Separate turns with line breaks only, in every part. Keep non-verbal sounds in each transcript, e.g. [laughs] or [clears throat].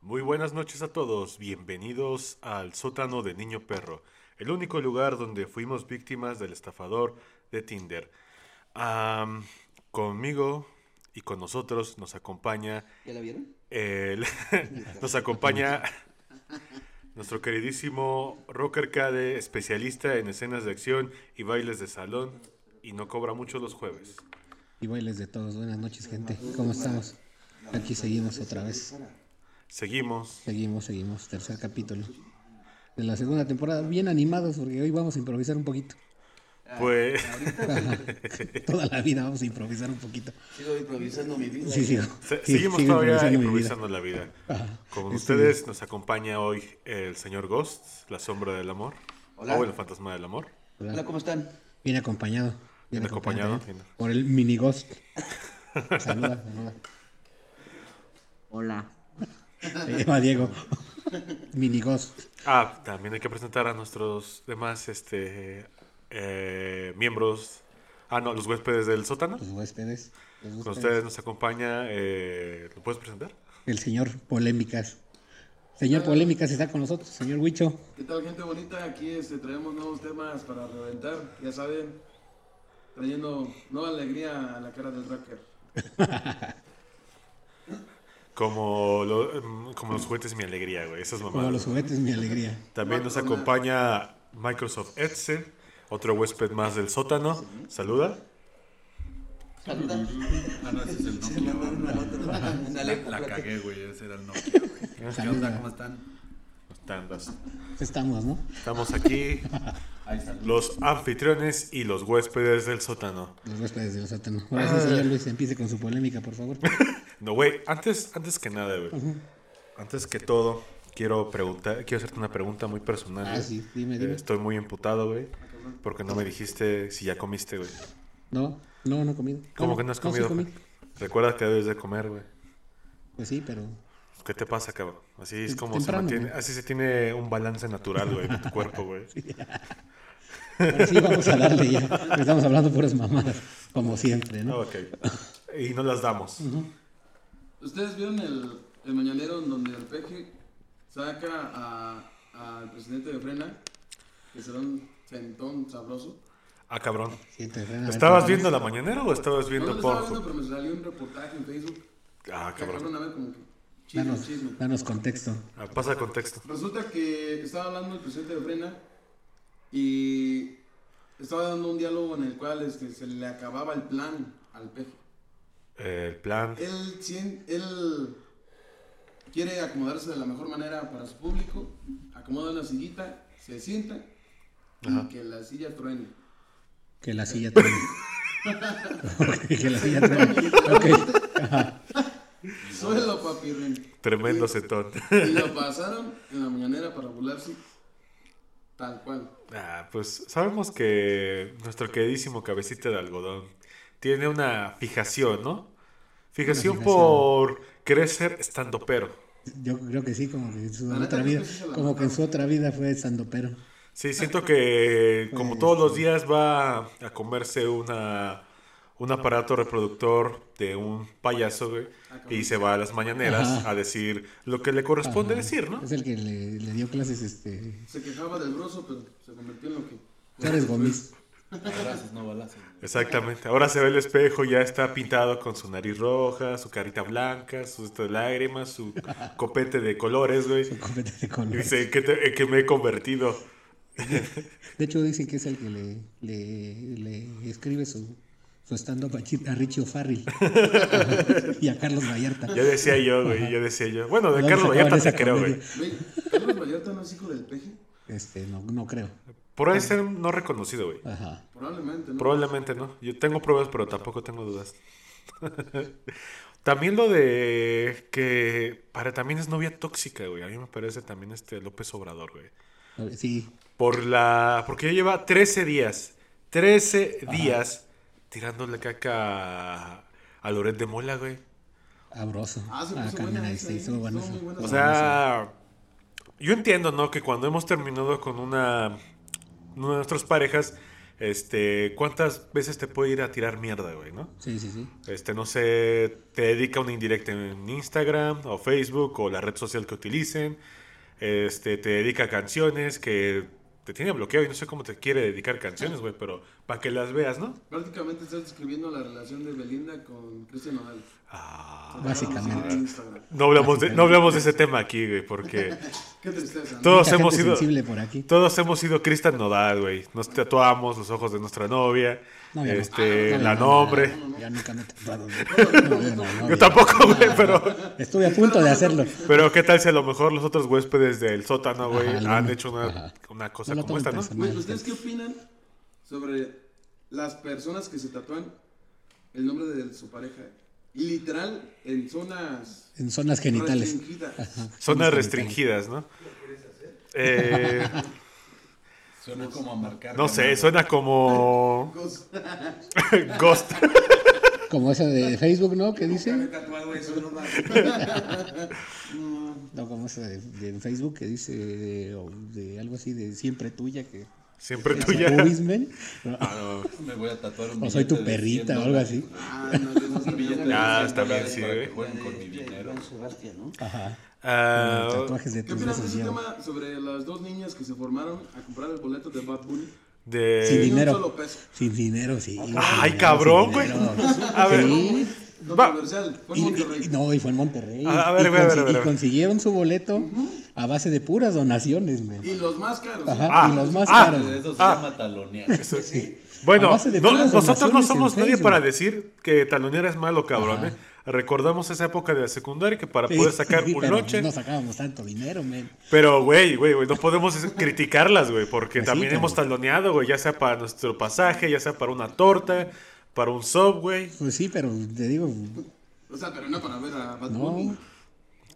Muy buenas noches a todos, bienvenidos al sótano de Niño Perro, el único lugar donde fuimos víctimas del estafador de Tinder. Am, conmigo y con nosotros nos acompaña
¿Ya la vieron?
el- [laughs] nos acompaña [laughs] nuestro queridísimo Rocker Cade, especialista en escenas de acción y bailes de salón y no cobra mucho los jueves.
Y bailes de todos. Buenas noches, gente. ¿Cómo estamos? Aquí seguimos otra vez.
Seguimos.
Seguimos, seguimos. Tercer capítulo de la segunda temporada. Bien animados porque hoy vamos a improvisar un poquito.
Ah,
Pues [laughs]
Toda la vida vamos a improvisar un poquito.
Sigo improvisando mi vida.
Sí, sigo.
se-
sí,
seguimos
sigo
todavía
mi vida.
improvisando la vida.
Ajá. Este,
Con
Sí,
ustedes nos acompaña hoy el señor Ghost, la sombra del amor.
Hola.
O el fantasma del amor.
Hola, ¿cómo están?
Bien acompañado.
Bien acompañado,
¿eh?
bien.
Por el
[laughs]
mini ghost. Saluda, saluda.
Hola.
Se llama Diego. mini ghost.
Ah, también hay que presentar a nuestros demás este, eh, miembros. Ah, no, los huéspedes del sótano.
Los huéspedes. los
Con
huéspedes.
ustedes nos acompaña. eh, ¿Lo puedes presentar?
El señor Polémicas. Señor Polémicas está con nosotros, señor Huicho.
¿Qué tal gente bonita? Aquí este, traemos nuevos temas para reventar, ya saben, trayendo nueva alegría a la cara del rocker.
Como, lo- mm, como los juguetes, mi alegría, güey. Esas
Como los
mamadas.
juguetes, mi alegría.
También nos acompaña Microsoft Excel, otro huésped más del sótano. Saluda.
Saludan.
Ah, no, ese es el
Se
Nokia.
mandaron una nota, una- [laughs] una
La,
letra.
la cagué, güey, ese era el Nokia, güey. ¿Qué onda? ¿Cómo están?
Tandas.
Pues Estamos, ¿no?
Estamos aquí,
Ahí están.
los anfitriones y los huéspedes del sótano.
Los huéspedes del
Ah.
sótano. Ahora sí, señor Luis, empiece con su polémica,
[laughs]
por favor.
No, güey, antes, antes que nada, güey. Antes que todo, quiero preguntar, quiero hacerte una pregunta muy personal.
Ah,
güey.
sí, dime,
Eh,
dime.
estoy muy emputado, güey. Porque no me dijiste si ya comiste, güey.
No, no, no he comido.
¿Cómo que no has
sí
comido?
comí.
Recuerda que debes de comer, güey.
Pues sí, pero
¿Qué te pasa, cabrón? Así es
Es
como se
temprano,
mantiene,
güey.
así se tiene un balance natural, güey, de tu cuerpo,
[laughs]
güey.
pero sí vamos a darle ya. Estamos hablando puras mamadas, como siempre,
Ah,
¿no?
ok. Y no las damos.
¿Ustedes vieron el, el mañanero en donde el peje saca a- al presidente de Frena, que será un sentón sabroso?
Ah, cabrón.
Sí, te frenan, a ver,
¿Estabas
cuéntame.
viendo la mañanera o estabas
No,
viendo
lo estaba viendo,
Pornhub?
pero me salió un reportaje en Facebook.
Ah,
Que
cabrón.
acabaron a ver como que chisme, chisme.
Danos, danos contexto.
Ah, Pasa contexto.
Resulta que estaba hablando el presidente de Frena y estaba dando un diálogo en el cual este, se le acababa el plan al peje.
El plan.
Él, sien- él quiere acomodarse de la mejor manera para su público, acomoda una sillita, se sienta y
Ajá.
que la silla truene.
Que la silla
[laughs]
truene. [laughs] Ok, que la silla truene. Ok.
Suelo, papi Ren.
Tremendo setón.
Y lo pasaron en la mañanera para burlarse tal cual.
[laughs] Ah, pues sabemos que nuestro queridísimo cabecita de algodón tiene una fijación, ¿no? Fijación,
Una fijación.
por querer ser estando pero.
Yo creo que sí, como que en su
La neta,
otra
creo
vida,
que sí se la
como que en su otra vida fue sandopero.
Sí, siento
[laughs]
que como
Pues,
todos los días va a comerse una, un aparato reproductor de un payaso, güey,
Ah,
y se va a las mañaneras
Ajá.
a decir lo que le corresponde
Ajá.
decir, ¿no?
Es el que le, le dio clases, este.
Se quejaba del grosso, pero se convirtió en lo que...
Flores Gómez. [laughs]
Balazos, no balazos. güey.
Exactamente. Ahora se ve el espejo, ya está pintado con su nariz roja, su carita blanca, sus estas lágrimas, su copete de colores, güey.
Copete de
Y
color.
dice, que qué me he convertido?
De hecho, dicen que es el que le, le, le escribe su, su stand-up a Chi- a Richie O'Farrill [laughs] y a Carlos Vallarta.
Ya decía yo, güey, ya decía yo. Bueno, de
¿Dónde
Carlos
sacaban
Vallarta
esa
se creo,
comedia?
güey.
Güey, Carlos Vallarta no es hijo del peje.
Este, no, no creo.
Por ahí ser no reconocido, güey.
Ajá.
Probablemente, ¿no?
Probablemente no. Yo tengo pruebas, pero tampoco tengo dudas. [laughs] también lo de que para también es novia tóxica, güey. A mí me parece también este López Obrador, güey.
A ver, Sí,
Por la. Porque ya lleva 13 días. 13 días tirándole caca a, a Loret de Mola, güey.
abroso.
Ah, se
Ah,
puso
Carmen
buena
ahí
esa,
se
¿eh?
hizo buena
Estuvo
esa.
muy buena
O sea. Yo entiendo, ¿no? Que cuando hemos terminado con una. Una de nuestras parejas. Este, ¿cuántas veces te puede ir a tirar mierda, güey, no?
Sí, sí, sí.
Este, no sé, te dedica una indirecta en Instagram o Facebook o la red social que utilicen. Este, te dedica a canciones que te tiene bloqueado y no sé cómo te quiere dedicar canciones, güey, pero para que las veas, ¿no?
Prácticamente estás describiendo la relación de Belinda con Cristian Nodal.
Ah,
Básicamente.
En Instagram.
no hablamos de, no hablamos de ese tema aquí, güey, porque
Qué tristeza. ¿no?
todos
Mucha
hemos
gente
sido
sensible por aquí.
todos hemos sido Cristian Nodal, güey. Nos tatuamos los ojos de nuestra novia,
No, ya no.
este,
No, ya
la
no,
nombre.
ya no, Ya nunca me
[laughs]
he tatuado. No, ya no, no,
Yo
ya
tampoco, güey, pero
no. Estuve a punto de hacerlo.
Pero qué tal si a lo mejor los otros huéspedes del sótano, güey,
Ajá,
han
alguno.
hecho una,
Ajá.
una cosa
No lo
como esta,
tomen
¿no?
personal.
Güey, ¿ustedes qué opinan sobre las personas que se tatúan el nombre de su pareja? Literal, en zonas
En zonas genitales.
restringidas.
Zonas restringidas, ¿no? Eh,
Suena como a marcar.
no sé, suena como
Cos-
[laughs] Ghost.
Como esa de Facebook, ¿no? Que dice.
tatuado eso,
[laughs]
no va.
No, como esa de, de Facebook que dice de, o de algo así de siempre tuya. que
Siempre
que
[laughs] tuya.
sea Boobies Man. No,
Me voy a tatuar un
O soy tu
billete de
perrita
100
o algo así.
Ah, no, de esos billetes.
Ah, está bien,
dólares
sí,
para que
güey.
jueguen con mi dinero.
Juan Sebastián, ¿no?
Ajá.
Ah,
tatuajes de
¿Qué
tus
opinas de
besos
ese
llevo.
tema sobre las dos niñas que se formaron a comprar el boleto de Bad Bunny?
Sin
de...
Ni
dinero.
Un solo peso.
Sin dinero, sí.
Ay,
sin
cabrón,
dinero, sin
güey.
dinero.
A ver.
Sí.
Va.
Controversial. Fue
Y-
en
y-
Monterrey.
y- no, y fue en Monterrey.
Ah, a ver,
y,
a ver, a ver,
consi-
a ver.
y consiguieron su boleto a base de puras donaciones, men.
Y los más caros.
Ajá,
Ah,
y los más
ah,
caros.
De Eso se
Ah. [laughs]
llama talonear.
A
Bueno,
base de
no-
puras
nosotros no
donaciones
somos
en
nadie
Facebook.
para decir que talonera es malo, cabrón.
Ajá.
¿eh? Recordamos esa época de la secundaria que para poder
Sí,
sacar
sí,
un
pero
lonche
No sacábamos tanto dinero, men.
Pero, güey, güey, güey, no podemos es- criticarlas, güey, porque
Pues sí,
también
pero-
hemos taloneado, güey, ya sea para nuestro pasaje, ya sea para una torta, para un sub, güey.
Pues sí, pero te digo,
¿eh? O sea, pero no para ver a Bad Bunny.
no.
Vaya,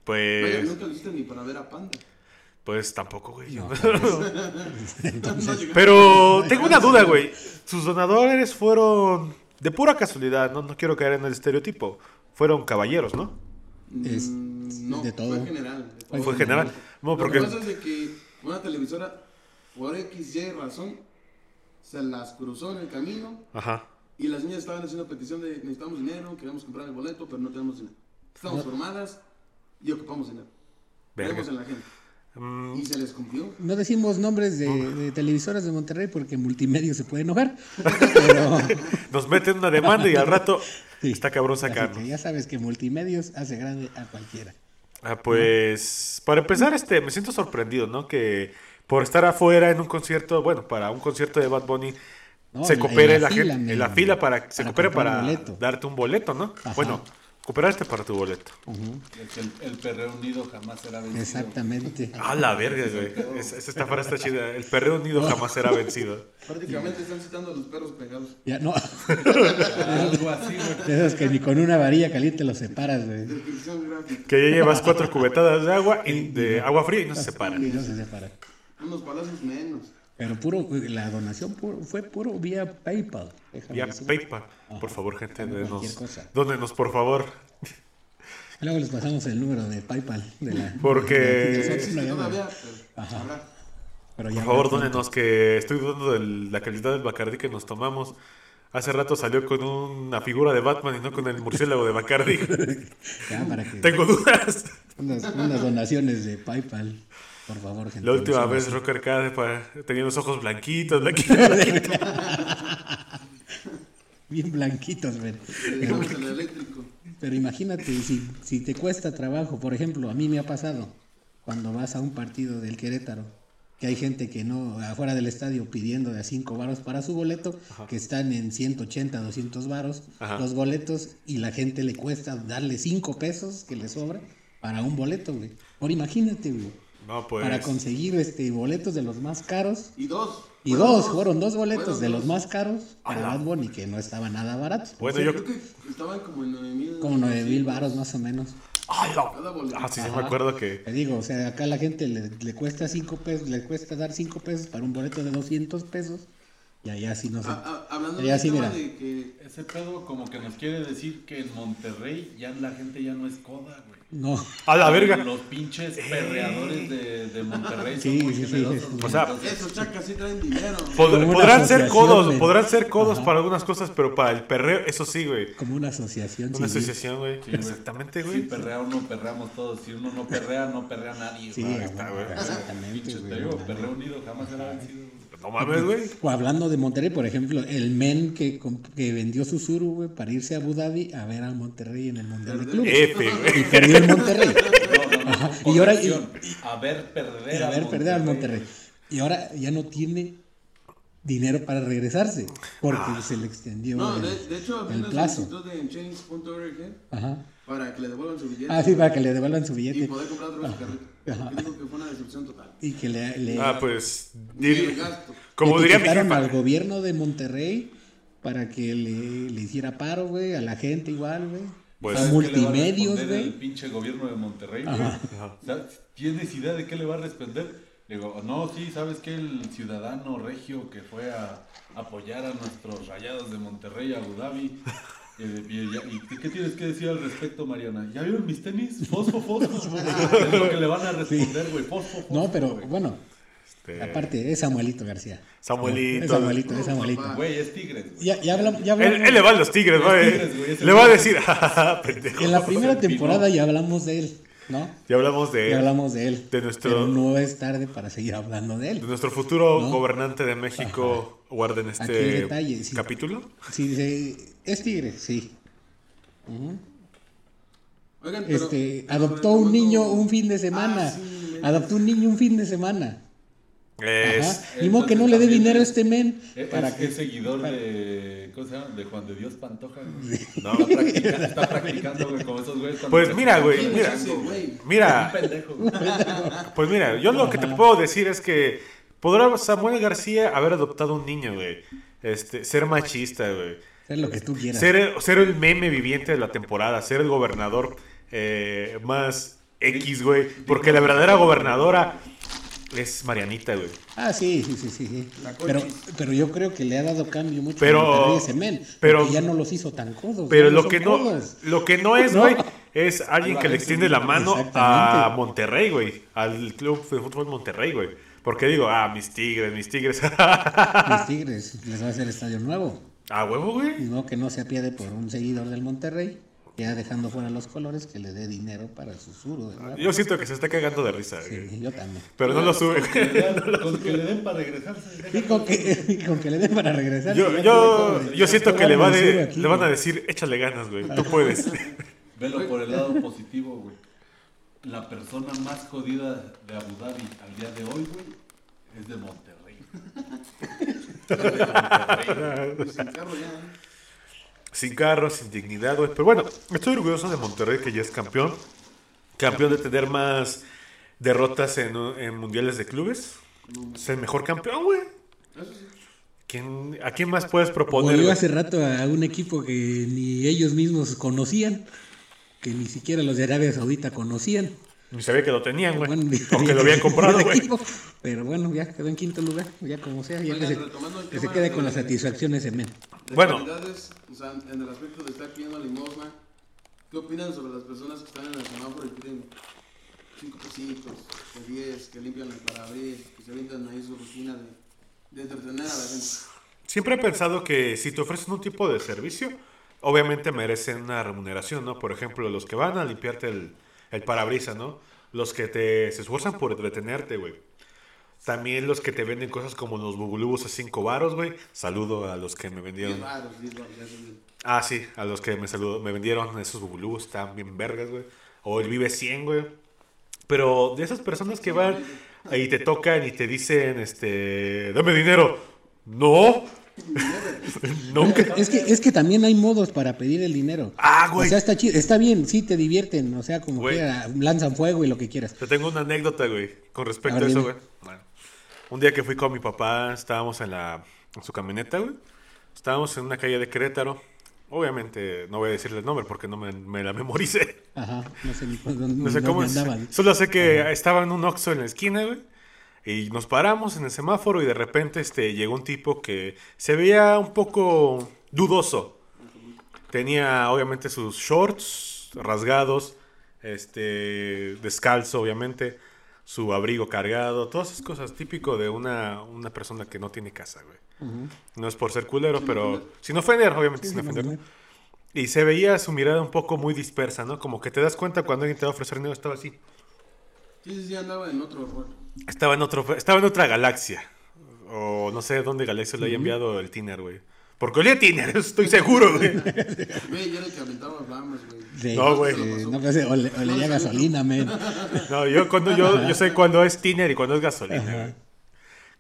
Pues,
nunca lo hiciste ni para ver a Panda. [laughs]
pues tampoco, güey.
No llegaste.
[laughs] Pero tengo una duda, güey. Sus donadores fueron, de pura casualidad, no, no quiero caer en el estereotipo, fueron caballeros, ¿no?
Es-
Mm, no,
de todo.
Fue general. de todo.
Fue general. No,
Lo
porque...
que pasa es de que una televisora, por XY razón, se las cruzó en el camino
Ajá.
y las niñas estaban haciendo petición de necesitamos dinero, queremos comprar el boleto, pero no tenemos dinero. Estamos formadas y ocupamos dinero.
Verga.
Creemos en la gente.
Mm,
Y se les cumplió.
No decimos nombres de, de televisoras de Monterrey porque multimedia se puede
[laughs]
enojar. Pero
nos meten una demanda y al rato
Sí.
está cabrón
así
sacarnos.
que ya sabes que multimedios hace grande a cualquiera.
Ah, pues para empezar, este, me siento sorprendido, ¿no? Que por estar afuera en un concierto, bueno, para un concierto de Bad Bunny,
No,
se
en la-
coopere
en la
la
fila,
gente, en
men,
la fila para que se
para
coopere
comprar
para
un boleto.
darte un boleto, ¿no?
Ajá.
Bueno, cooperarte para tu boleto.
Es que El, el perreo unido jamás será vencido.
Exactamente.
Ah, la verga, güey. Es- es- esta frase está chida. El perreo unido jamás será vencido.
Prácticamente están citando a los perros pegados.
Ya no, [laughs]
Algo así, güey.
de esos que ni con una varilla caliente los separas, güey.
Descripción gráfica.
[laughs] Que ya llevas cuatro cubetadas de agua y de agua fría y no se
Y
separan.
no se separan.
Unos palazos menos.
Pero puro, la donación puro- fue puro vía PayPal. Déjame
Ya
decirte.
PayPal, por favor, gente,
cualquier
denos,
cosa.
dónenos, por favor.
Luego les pasamos el número de PayPal. De la, de
Porque
nosotros no habíamos-
Todavía, pero
Ajá.
habrá.
pero ya
Por favor,
habrá
dónenos que estoy dudando de la calidad del Bacardi que nos tomamos. Hace rato salió con una figura de Batman y no con el murciélago de [laughs] Bacardi.
pronto. Ya, para que
Tengo dudas.
unas, unas donaciones de PayPal. Por favor, gente.
La última
no se-
vez Rocker Arcade pa- tenía los ojos blanquitos, blanquitos, blanquitos.
Bien blanquitos, ven.
Le dejamos el eléctrico.
Pero imagínate, si, si te cuesta trabajo, por ejemplo, a mí me ha pasado cuando vas a un partido del Querétaro, que hay gente que no, afuera del estadio pidiendo de a 5 varos para su boleto, que están en 180, 200 varos
Ajá.
los boletos y la gente le cuesta darle 5 pesos que le sobra para un boleto, güey. Ahora imagínate, güey.
No, pues.
Para conseguir este boletos de los más caros.
Y dos.
Y
Pues.
Fueron
dos, fueron dos boletos
Fueron
de los
dos.
más caros para Bad Bunny, que no estaba nada barato.
Bueno, yo.
Creo que estaban como en 9 mil.
Como 9 mil varos más o menos.
¡Ah,
Cada
la-
boleto.
Ah, sí, sí, me acuerdo que.
Te digo, o sea, acá la gente le, le cuesta cinco pesos, le cuesta dar cinco pesos para un boleto de 200 pesos. Y allá sí no sé.
Ah, ah, hablando
Ya,
del
sí,
tema
mira.
de que
Ese pedo como que nos quiere decir que en Monterrey ya la gente ya no es coda, güey.
No. [laughs]
A la verga. Eh.
Los pinches perreadores de, de Monterrey
Sí,
son muy
sí, sí,
generosos.
sí.
O sea,
Esos chacas sí traen dinero.
pod-
Como una
podrán ser
asociación
codos,
de-
podrán ser codos para algunas cosas, pero para el perreo, eso sí, güey.
Como una asociación.
Una
civil.
asociación, güey.
Sí, güey.
Exactamente,
Si
güey.
perrea uno, perreamos todos. Si uno no perrea, no perrea nadie.
Sí,
güey.
a
está,
huevo,
güey.
exactamente,
Pinche, te
güey,
digo,
no
perreo unido jamás será vencido.
No mames, güey.
O hablando de Monterrey, por ejemplo, el men que, comp- que vendió su suru, güey, para irse a Abu Dhabi a ver al Monterrey en el Mundial de Clubes.
F, güey.
Y perdió
[laughs]
el Monterrey.
No, no,
Ajá,
no.
y ahora-
corrección. A ver, perder
Y a ver, perder al Monterrey. Y ahora ya no tiene dinero para regresarse, porque
Ah.
se le extendió
No,
el,
de, de hecho,
el
abrió una
plazo.
solicitud de change.org
Ajá.
para que le devuelvan su billete
Ah, sí, para que le devuelvan su
y
billete
poder comprar otro vez su carrito. Porque dijo que fue una decepción total.
y que le, le-
Ah, pues.
Y
dir-
el gasto.
Como
le
diría mi
quitaron al
jefa.
gobierno de Monterrey para que le, le hiciera paro, güey, a la gente igual, güey.
Pues,
a
¿sabes
multimedios,
El
güey.
pinche gobierno de Monterrey, güey. ¿Sabes? ¿Tienes idea de qué le va a responder? Le digo, no, sí, ¿sabes que El ciudadano regio que fue a apoyar a nuestros rayados de Monterrey, a Abu Dhabi. eh, y, ya- ¿y qué tienes que decir al respecto, Mariana? ¿Ya vieron mis tenis? Fosfo, fosfo.
[laughs]
es lo que le van a responder, güey. Fosfo, fosfo.
No, pero
güey.
bueno,
Este,
aparte es Samuelito García.
Samuelito.
Es Samuelito, es Samuelito.
Güey, es tigres, güey.
Ya, ya hablamos, ya hablamos-
Él, él le va a los tigres,
Los
güey.
Tigres, güey, ese
Le va a
güey.
decir, [laughs] "Ja, ja, ja, pendejo.
en la primera
José Pino.
temporada ya hablamos de él, ¿no?
Ya hablamos de
Ya
él,
hablamos de él.
Eh, de nuestro-
Pero no es tarde para seguir hablando de
de
él.
nuestro futuro
¿No?
gobernante de México. Guarden
Aquí hay
este
detalles, sí.
capítulo.
Sí, dice, es tigre, sí.
Oigan, pero-
Este,
pero
adoptó
sobre
un
todo-
niño un fin de semana.
Ah, sí, me-
adoptó un niño un fin de semana.
Es,
Ajá. Ni modo que no le dé
Entonces,
dinero a
también-
este men
E-, Es,
para
es-
que
es seguidor de. ¿Cómo se llama? De Juan de Dios Pantoja. güey.
no.
Está, practica- está practicando, güey, como esos güeyes. cuando
Pues
se-
mira, güey,
Sí,
mira.
sí, güey.
[laughs]
Mira,
Un pendejo. güey.
pues mira, yo lo que te puedo decir es que podrá Samuel García haber adoptado un niño, güey. Este, ser machista, güey.
hacer lo que tú quieras.
Ser el, ser el meme viviente de la temporada, ser el gobernador eh, más X, güey. Porque la verdadera gobernadora es Marianita, güey.
Ah, sí, sí, sí, sí, sí.
La coche.
Pero, pero yo creo que le ha dado cambio mucho
Pero-
a Monterrey ese men.
pero-
porque ya no los hizo tan codos.
Pero
ya
lo
Pues son
que no, [laughs]
codos.
lo que no es,
No.
güey, es alguien que le extiende la mano a
Exactamente.
Monterrey, güey. Al club de fútbol Monterrey, güey. Porque digo, ah, mis tigres, mis tigres. [laughs]
Los Tigres les va a hacer estadio nuevo.
ah, huevo,
Y
güey.
no que no se apiade por un seguidor del Monterrey, ya dejando fuera los colores, que le dé dinero para su suro. de nuevo.
Yo siento que se está cagando de risa, güey.
Sí, yo también.
Pero no lo sube,
Con que
güey.
le den- Con que le den para regresarse.
Y con que, [laughs] y con que le dé para regresar.
Yo,
y ya tiene
yo,
todo.
yo siento que le, va
Guardan el suro
de-
aquí,
le van a
güey.
decir, échale ganas, güey. Tú
[laughs]
puedes.
Velo por el lado positivo, güey. La persona más jodida de Abu Dhabi al día de hoy, güey, es de Monterrey.
Pues, sin carro ya.
sin carro, sin dignidad, güey. Pero bueno, estoy orgulloso de Monterrey que ya es campeón. Campeón de tener más derrotas en, en mundiales de clubes. Es el mejor campeón, güey. ¿Quién- ¿A quién más puedes proponer?
Volvió
güey?
hace rato a un equipo que ni ellos mismos conocían, que ni siquiera los de Arabia Saudita conocían.
Ni sabía que lo tenían, güey.
Bueno, ni-
[laughs] O que lo habían comprado,
[laughs] el
güey.
equipo, Pero bueno, ya quedó en quinto lugar, ya como sea, ya
Oigan,
que se,
retomando el
que se
tema
quede
de-
con la satisfacción ese men.
De
Bueno.
cualidades, o sea, en el aspecto de estar pidiendo limosna, ¿qué opinan sobre las personas que están en el semáforo y piden 5 pesitos, de 10, que limpian el parabrisas, que se avientan ahí su rutina de, de entretener a la gente?
Siempre he pensado que si te ofrecen un tipo de servicio, obviamente merecen una remuneración, ¿no? Por ejemplo, los que van a limpiarte el, el parabrisas, ¿no? Los que te, se esfuerzan por entretenerte, güey. También los que te venden cosas como los bubulubos a 5 varos, güey. Saludo a los que me
10
vendieron.
baros, 10 baros, ya son bien.
Ah, sí, a los que me saludó, me vendieron esos bubulubos, están bien vergas, güey. O el Vive 100, güey. Pero de esas personas que van y te tocan y te dicen, este, dame dinero. No. [laughs] Nunca.
Es que, es que también hay modos para pedir el dinero.
Ah, güey.
O sea, está chido, está bien, sí te divierten, o sea, como
Güey.
quiera, lanzan fuego y lo que quieras.
Te tengo una anécdota, güey, con respecto
A ver,
a eso,
dime.
güey. Bueno, un día que fui con mi papá, estábamos en la en su camioneta, güey. Estábamos en una calle de Querétaro. Obviamente no voy a decirle el nombre porque no me, me la memoricé.
Ajá, no sé ni por dónde,
No sé
dónde
cómo es.
andaban.
Solo sé que estaba en un Oxxo en la esquina, güey. Y nos paramos en el semáforo y de repente este, llegó un tipo que se veía un poco dudoso. Tenía obviamente sus shorts rasgados, este, descalzo obviamente, su abrigo cargado, todas esas cosas típico de una, una persona que no tiene casa, güey. No es por ser culero, pero [laughs] sin ofender, obviamente, sin
sin
ofender.
ofender.
Y se veía su mirada un poco muy dispersa, ¿no? Como que te das cuenta cuando alguien te va a ofrecer dinero, estaba así.
Sí, sí, sí, andaba en otro rol.
Estaba en, otro, estaba en otra galaxia. O no sé dónde galaxia le haya enviado el Tiner, güey. Porque olía a Tiner, [laughs] eso estoy seguro, güey.
Güey, yo era el que aventaba flamas, güey.
Sí,
No, güey.
eh, no pues, o le, o le llega gasolina, men.
No, yo cuando yo, yo sé cuándo es Tiner y cuándo es gasolina, güey.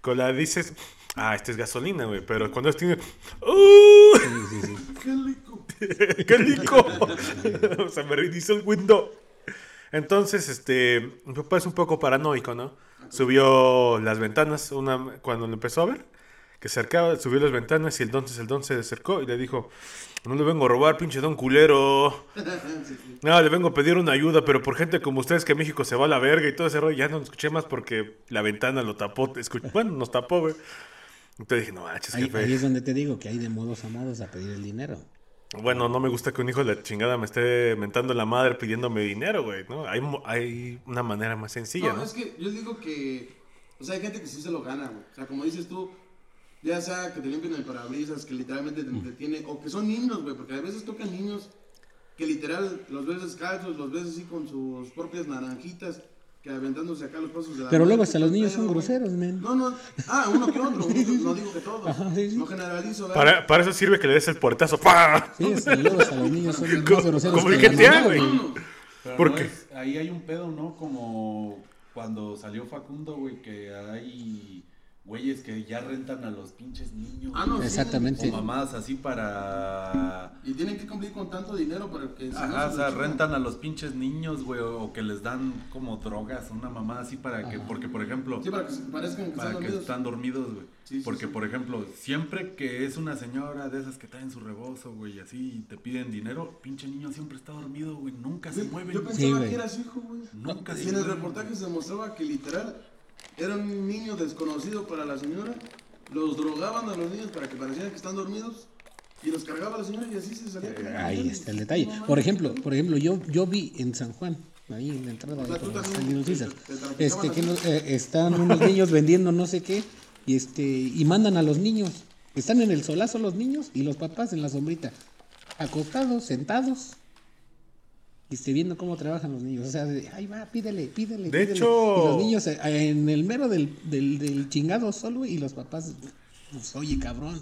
Con la dices, ah, este es gasolina, güey. Pero cuando es Tiner, ¡uh!
Sí, sí, sí.
¡Qué rico!
¡Qué rico! [laughs] o sea, me reinició el window. Entonces, este, mi papá es un poco paranoico, ¿no? Subió las ventanas, una, cuando lo empezó a ver, que cercaba, subió las ventanas y entonces el don se acercó y le dijo, no le vengo a robar, pinche don
[laughs]
culero.
Sí, sí.
No, le vengo a pedir una ayuda, pero por gente como ustedes que México se va a la verga y todo ese rollo. Ya no lo escuché más porque la ventana lo tapó. escu- Bueno, nos tapó, güey. Entonces dije, no manches,
Ahí,
jefe.
ahí es donde te digo que hay de modos a modos a pedir el dinero.
Bueno, no me gusta que un hijo de la chingada me esté mentando la madre pidiéndome dinero, güey, ¿no? Hay, mo- hay una manera más sencilla,
No,
¿no?
es que yo digo que. O sea, hay gente que sí se lo gana, güey. O sea, como dices tú, ya sea que te limpien el parabrisas, que literalmente
Mm.
te entretiene, o que son niños, güey, porque a veces tocan niños que literal los ves descalzos, los ves así con sus propias naranjitas, que aventándose acá los pasos de la
Pero
mano,
luego hasta los
todo
niños
pedo,
son
güey.
groseros, men.
No, no. Ah, uno que otro. No digo que todos.
Ajá, sí, sí.
No generalizo, ¿verdad?
Para, para eso sirve que le des el [laughs] puertazo. ¡pa!
Sí, hasta luego hasta los niños son más
Como-
groseros
como el
que la
GTA,
mamá,
güey.
Pero
¿Por
no
qué?
es- ahí hay un pedo, ¿no? Como cuando salió Facundo, güey, que hay güeyes que ya rentan a los pinches niños.
Ah, no, sí. Ah,
O
Exactamente.
mamadas así para...
Y tienen que cumplir con tanto dinero para que. si no,
Ajá,
se
o sea,
los chingan.
rentan a los pinches niños, güey, o o que les dan como drogas, una mamá así para que, porque por ejemplo,
Sí, para que se parezcan que
para
están
que
dormidos.
están dormidos, güey.
Sí, sí, sí.
porque por ejemplo, siempre que es una señora de esas que traen su rebozo, güey, y así y te piden dinero, pinche niño siempre está dormido, güey, nunca se
Güey,
mueve.
Yo
güey.
Sí,
pensaba
güey.
que eras hijo, güey.
Nunca
Y
se
en el
mueve.
reportaje se mostraba que literal era un niño desconocido para la señora. Los drogaban a los niños para que parecieran que están dormidos. Y los cargaba la señora y así se salía. con la
Eh, Ahí
gente.
está el detalle.
No mames.
Por ejemplo, por ejemplo, yo, yo vi en San Juan, ahí en la entrada
O sea,
de
tú
por donde
también
está el Little Caesar,
te- te traficaban
este, que
así.
no- eh, están unos niños vendiendo no sé qué, y este, y mandan a los niños. Están en el solazo los niños y los papás en la sombrita, acostados, sentados. Y este, viendo cómo trabajan los niños. O sea, de, ahí va, pídele, pídele.
De
pídele".
hecho-
Y los niños eh, en el mero del, del, del chingado solo y los papás, pues, oye, cabrón.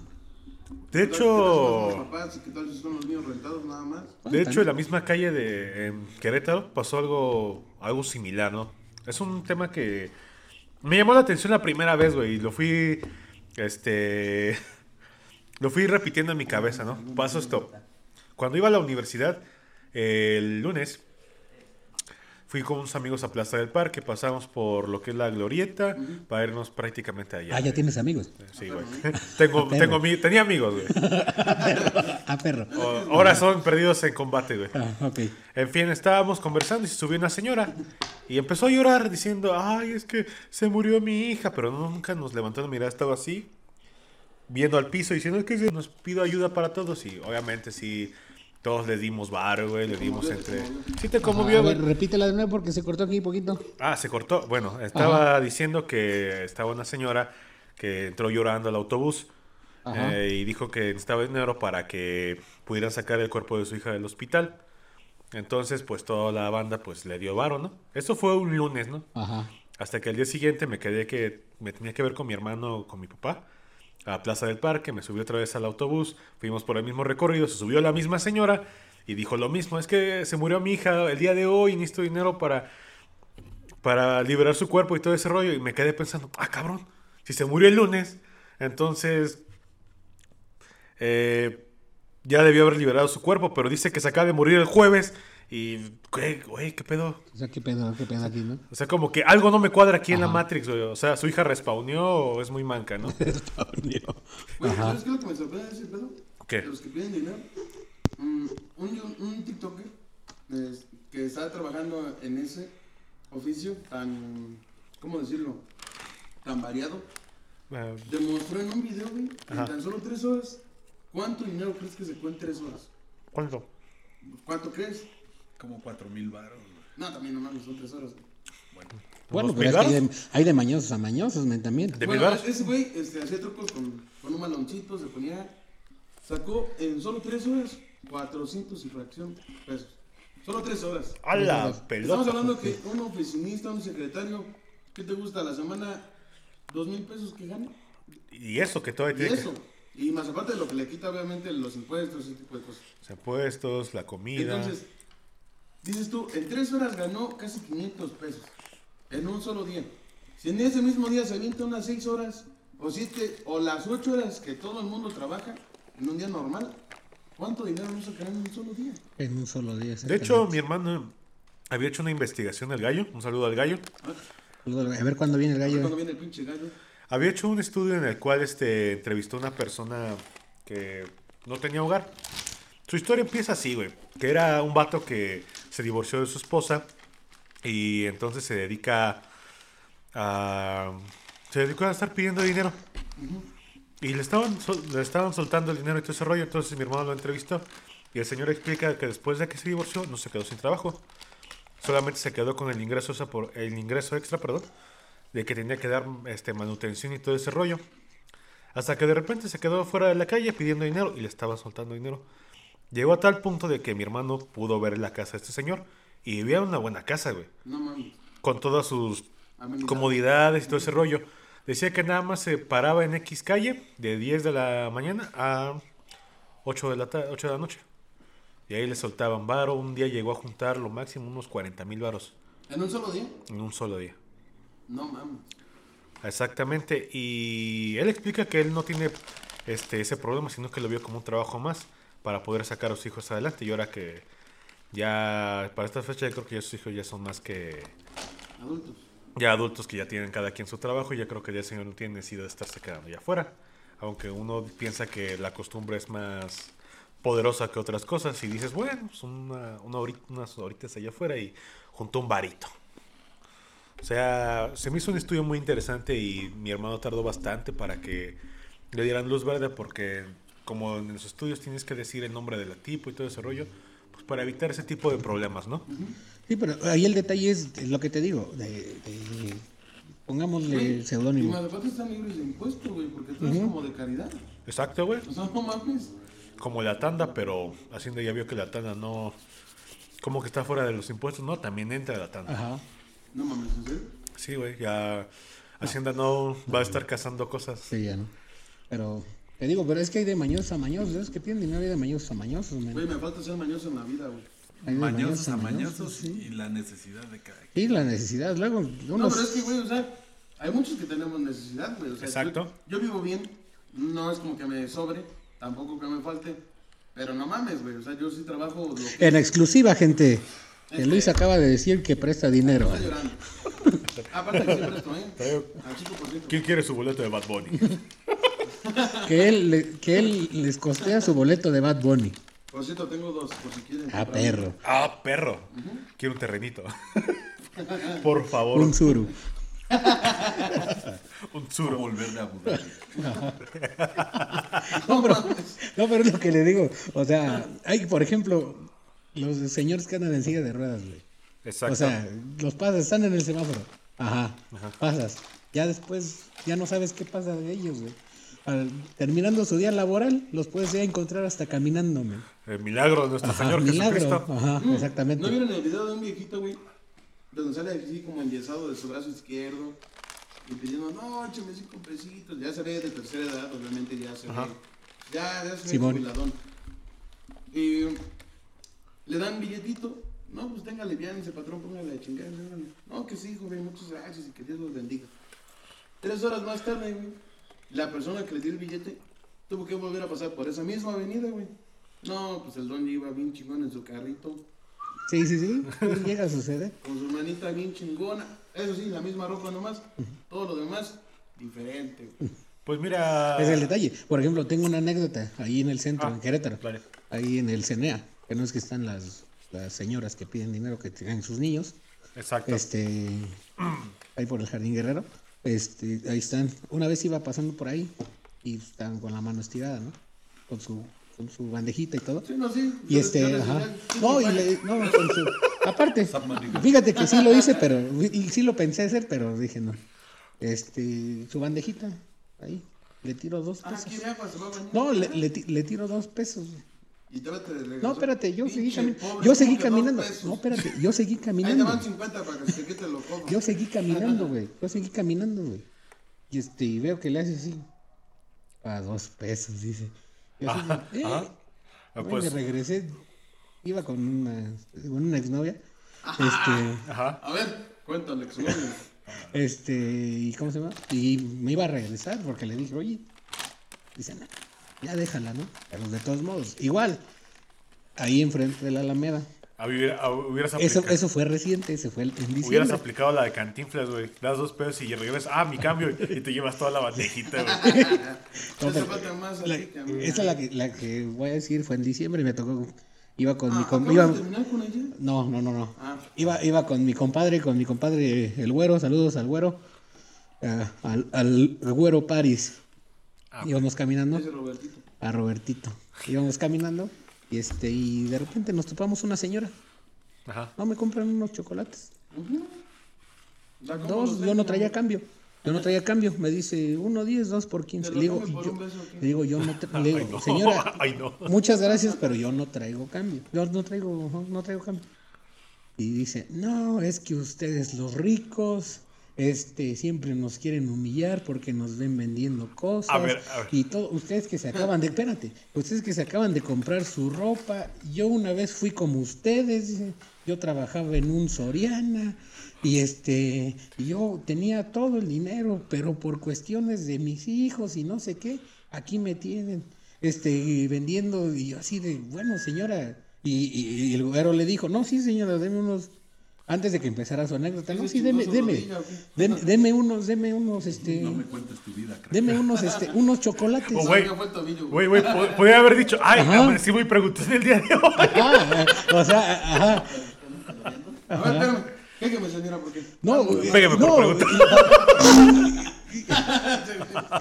De
¿Qué tal si son los
hecho,
papás y qué tal si son los niños rentados nada más?
de hecho, en la misma calle de en Querétaro pasó algo, algo similar, ¿no? Es un tema que me llamó la atención la primera vez, güey, y lo fui, este, [laughs] lo fui repitiendo en mi cabeza, ¿no? Paso esto. Cuando iba a la universidad, eh, el lunes, fui con unos amigos a Plaza del Parque, pasamos por lo que es la Glorieta, para irnos prácticamente allá.
Ah, ya
güey.
tienes amigos.
Sí, güey. [laughs] tengo,
Perro.
tengo mi- tenía amigos, güey.
Ah, perro.
O- Ahora son perdidos en combate, güey.
Ah, ok.
En fin, estábamos conversando y se subió una señora y empezó a llorar diciendo, ay, es que se murió mi hija, pero nunca nos levantó la mirada, estaba así, viendo al piso, diciendo, es que se- nos pido ayuda para todos y obviamente sí, todos le dimos bar, güey, le dimos entre... Sí te
Ah,
conmovió,
a ver,
güey.
repítela de nuevo porque se cortó aquí poquito.
Ah, se cortó. Bueno, estaba diciendo que estaba una señora que entró llorando al autobús
Ajá.
eh, y dijo que necesitaba dinero para que pudieran sacar el cuerpo de su hija del hospital. Entonces, pues toda la banda pues le dio varo, ¿no? Eso fue un lunes, ¿no?
Ajá.
Hasta que al día siguiente me quedé que me tenía que ver con mi hermano, con mi papá, a Plaza del Parque, me subí otra vez al autobús, fuimos por el mismo recorrido, se subió la misma señora y dijo lo mismo, es que se murió mi hija el día de hoy, necesito dinero para, para liberar su cuerpo y todo ese rollo, y me quedé pensando, ah, cabrón, si se murió el lunes, entonces eh, ya debió haber liberado su cuerpo, pero dice que se acaba de morir el jueves y, güey, güey, ¿qué pedo?
O sea, qué pedo, qué pedo aquí, ¿no?
O sea, como que algo no me cuadra aquí en la Matrix, güey. O sea, su hija respawneó o es muy manca,
[laughs]
¿no?
Güey, ¿sabes qué es lo que me sorprende de ese pedo?
¿Qué?
De los que piden dinero. Mm, un, yo- un TikToker es- que está trabajando en ese oficio tan, ¿cómo decirlo? Tan variado.
Ah,
Demostró en un video, güey, en
Ajá.
tan solo tres horas. ¿Cuánto dinero crees que se fue en tres horas?
¿Cuánto?
¿Cuánto crees?
Como cuatro mil baros, güey.
No, también no mames, son tres horas. güey.
Bueno,
¿Unos
pero es que hay
pegados?
de, hay de mañosos a mañosos men, también.
¿De
bueno,
Bilbao?
ese güey este, hacía trucos con, con un baloncito, se ponía. Sacó en solo tres horas 400 y fracción pesos. Solo tres horas.
A la
Estamos
pelota.
hablando que un oficinista, un secretario, ¿qué te gusta a la semana? ¿Dos mil pesos que gana?
Y eso que todavía
Y
tiene
eso. Y más aparte de lo que le quita, obviamente, los impuestos y ese tipo de cosas.
que- los impuestos, la comida.
Entonces, dices tú, en tres horas ganó casi 500 pesos. En un solo día. Si en ese mismo día se avienta unas seis horas, o siete, o las ocho horas que todo el mundo trabaja en un día normal, ¿cuánto dinero no sacarán en un solo día?
En un solo día.
de hecho, mi hermano había hecho una investigación al gallo. Un saludo al gallo.
exactamente. A ver cuándo viene el
Cuando
gallo.
viene el pinche gallo.
Había hecho un estudio en el cual este, entrevistó a una persona que no tenía hogar. Su historia empieza así, güey. Que era un vato que se divorció de su esposa y entonces se dedica a... Se dedicó a estar pidiendo dinero. Y le estaban, sol- le estaban soltando el dinero y todo ese rollo. Entonces mi hermano lo entrevistó. Y el señor explica que después de que se divorció no se quedó sin trabajo. Solamente se quedó con el ingreso, esa por, el ingreso extra perdón, de que tenía que dar este, manutención y todo ese rollo. Hasta que de repente se quedó fuera de la calle pidiendo dinero y le estaban soltando dinero. Llegó a tal punto de que mi hermano pudo ver la casa de este señor. Y vivía en una buena casa, güey.
No mames.
Con todas sus
Amenidades.
comodidades y todo ese rollo. Decía que nada más se paraba en X calle de 10 de la mañana a 8 de la, ta- 8 de la noche. Y ahí le soltaban varo. Un día llegó a juntar lo máximo unos 40 mil varos
En un solo día.
en un solo día.
No mames.
Exactamente. Y él explica que él no tiene este, ese problema, sino que lo vio como un trabajo más para poder sacar a sus hijos adelante. Y ahora que ya, para esta fecha, yo creo que ya sus hijos ya son más que
Adultos.
ya adultos que ya tienen cada quien su trabajo. Y ya creo que ya el señor no tiene necesidad de estarse quedando allá afuera. Aunque uno piensa que la costumbre es más poderosa que otras cosas. Y dices, bueno, pues una, una horita- unas horitas allá afuera y junto un varito. O sea, se me hizo un estudio muy interesante y mi hermano tardó bastante para que le dieran luz verde porque como en los estudios tienes que decir el nombre del tipo y todo ese rollo, pues para evitar ese tipo de problemas, ¿no?
Sí, pero ahí el detalle es lo que te digo. De, de- pongámosle
Güey, Y más
seudónimo.
aparte están libres de impuestos, güey, porque todo es como de caridad.
Exacto, güey.
O sea, no mames.
Como la tanda, pero Hacienda ya vio que la tanda no... Como que está fuera de los impuestos, ¿no? También entra la tanda.
Ajá.
No mames, ¿en serio?
Sí, güey, ya Hacienda no va a estar cazando cosas.
Sí, ya no. Pero te digo, pero es que hay de mañosos a mañosos. Es que tienen dinero hay de mañosos a mañosos. men.
Güey, me falta ser mañoso en la vida, güey.
Hay de
Mañosos a
mañosos,
mañosos
sí.
y la necesidad de cada quien.
Sí, la necesidad. Luego,
No,
unos...
pero es que, güey, o sea, hay muchos que tenemos necesidad, güey. O sea,
Exacto.
Yo, yo vivo bien, no es como que me sobre, tampoco que me falte, pero no mames, güey. O sea, yo sí trabajo lo que
En exclusiva, gente. que
Este-
Luis acaba de decir que presta dinero. [laughs]
está llorando. Aparte que siempre estoy, ¿eh? Al chico por ciento.
¿Quién quiere su boleto de Bad Bunny?
Que él, le- que él les costea su boleto de Bad Bunny.
Por cierto, tengo dos, por si quieren.
A
comprar.
perro.
Ah, perro. Quiero un terrenito. [laughs] Por favor,
Un
un,
suru.
zuro.
Volver de Abu Dhabi.
No, pero, no, pero es lo que le digo. O sea, hay, por ejemplo, los señores que andan en silla de ruedas, güey.
Exacto.
O sea, los pasas, están en el semáforo. Ajá, pasas. Ya después, ya no sabes qué pasa de ellos, güey. Al- terminando su día laboral, los puedes ya encontrar hasta caminando, güey.
el milagro de nuestro
Ajá,
Señor
milagro.
Jesucristo.
Ajá, exactamente.
Mm. ¿No vieron el video de un viejito, güey? Donde sale así como enyesado de su brazo izquierdo y pidiendo, no, échame cinco pesitos. Ya se ve de tercera edad, obviamente ya se
Ajá.
ve. Ya, ya se ve
Simón.
jubiladón. Y um, le dan billetito. No, pues téngale bien ese patrón, póngale a chingar. órale. No, que sí, joven, muchas gracias y que Dios los bendiga. Tres horas más tarde, güey, la persona que le dio el billete tuvo que volver a pasar por esa misma avenida, güey. No, pues el don iba bien chingón en su carrito.
Sí, sí, sí. Llega a suceder.
Con su manita bien chingona. Eso sí, la misma ropa nomás. Todo lo demás, diferente. güey.
Pues mira.
Es el detalle. Por ejemplo, tengo una anécdota ahí en el centro,
Ah,
en Querétaro.
vale.
Ahí en el CENEA. Que no es que están las, las señoras que piden dinero que tienen sus niños.
Exacto.
Este. Ahí por el Jardín Guerrero. Este, ahí están. Una vez iba pasando por ahí y estaban con la mano estirada, ¿no? Con su, con su bandejita y todo.
Sí, no, sí.
Y
yo-
este,
yo les
ajá.
decía, sí,
No, y
compadre.
le, no, con su,
[laughs]
Aparte,
Submarino.
fíjate que sí lo hice, pero. Y sí lo pensé hacer, pero dije no. Este, su bandejita, ahí. Le tiro dos
Ah,
pesos.
quiere agua, se va a bañar.
No, le, le ti- le tiro dos pesos. güey.
Y trátate de regreso.
No, espérate, yo seguí,
Pinche
cami-
pobre,
yo seguí
¿cómo que dos
caminando.
pesos?
No, espérate, yo seguí
Ahí te van
caminando.
50 para que se quite los cobros.
Yo seguí caminando, güey. Yo seguí caminando, güey. Y este, y veo que le hace así. A dos pesos, dice. Yo así, eh,
ajá. Ah,
güey,
pues,
me regresé. Iba con una, con una exnovia. Este.
ajá.
A ver, cuéntale, exnovio.
Este, ¿y cómo se llama? Y me iba a regresar porque le dije, oye, dice, "No, ya déjala, ¿no? Pero de todos modos, igual, ahí enfrente de la Alameda.
Ah, hubiera- ah, hubieras
Eso,
aplicado,
eso fue reciente, ese fue el- en
hubieras
diciembre.
aplicado la de Cantinflas, güey. Das dos pesos y regresas. Ah, mi cambio. Y te llevas toda la bandejita, güey.
Te
No,
hace
pero-
falta más a
la-
ti que a mí.
esa la que, la que voy a decir fue en diciembre, me tocó, iba con
Ah,
mi
¿acabas
com-
de
iba-
terminar con ella?
No, no, no, no.
Ah.
Iba, iba con mi compadre, con mi compadre eh, el güero, saludos al güero, eh, al, al güero París.
Ah,
Íbamos caminando.
Dice Robertito.
a Robertito. Íbamos caminando y este y de repente nos topamos una señora.
Ajá.
No me compran unos chocolates.
La como
Dos,
los
yo no
tengo.
traía cambio. Yo no traía cambio. Me dice uno diez, dos por quince.
¿Te
Le digo,
lo comes por
yo,
un beso o qué?
le digo, yo no
[laughs]
tra- le digo,
no.
señora,
[laughs] Ay, no.
muchas gracias, pero yo no traigo cambio. Yo no traigo, no, no traigo cambio. Y dice, no, es que ustedes los ricos, este, siempre nos quieren humillar porque nos ven vendiendo cosas.
A ver, a ver.
Y todo, ustedes que se acaban de, espérate, ustedes que se acaban de comprar su ropa, yo una vez fui como ustedes, dice, yo trabajaba en un Soriana y este, yo tenía todo el dinero, pero por cuestiones de mis hijos y no sé qué, aquí me tienen, este, y vendiendo y yo así de, bueno señora, y, y- y el güero le dijo, no, sí señora, deme unos, antes de que empezara su anécdota, no,
Dices,
sí,
"Chingó
deme,
su
deme,
rodilla, ¿o qué?"
deme, deme unos, deme unos, este...
No me cuentes tu vida, crack.
Deme unos, este, unos chocolates.
O
No,
güey.
ya fue el tobillo,
Güey, güey, po- podría haber dicho. Ay,
Ajá.
amanecí muy preguntón el día de hoy.
Ajá, Ah, o sea, ajá.
A ver, espérame. ¿Qué que me señora? ¿Por qué?
No,
Pégame por
no,
pregunta.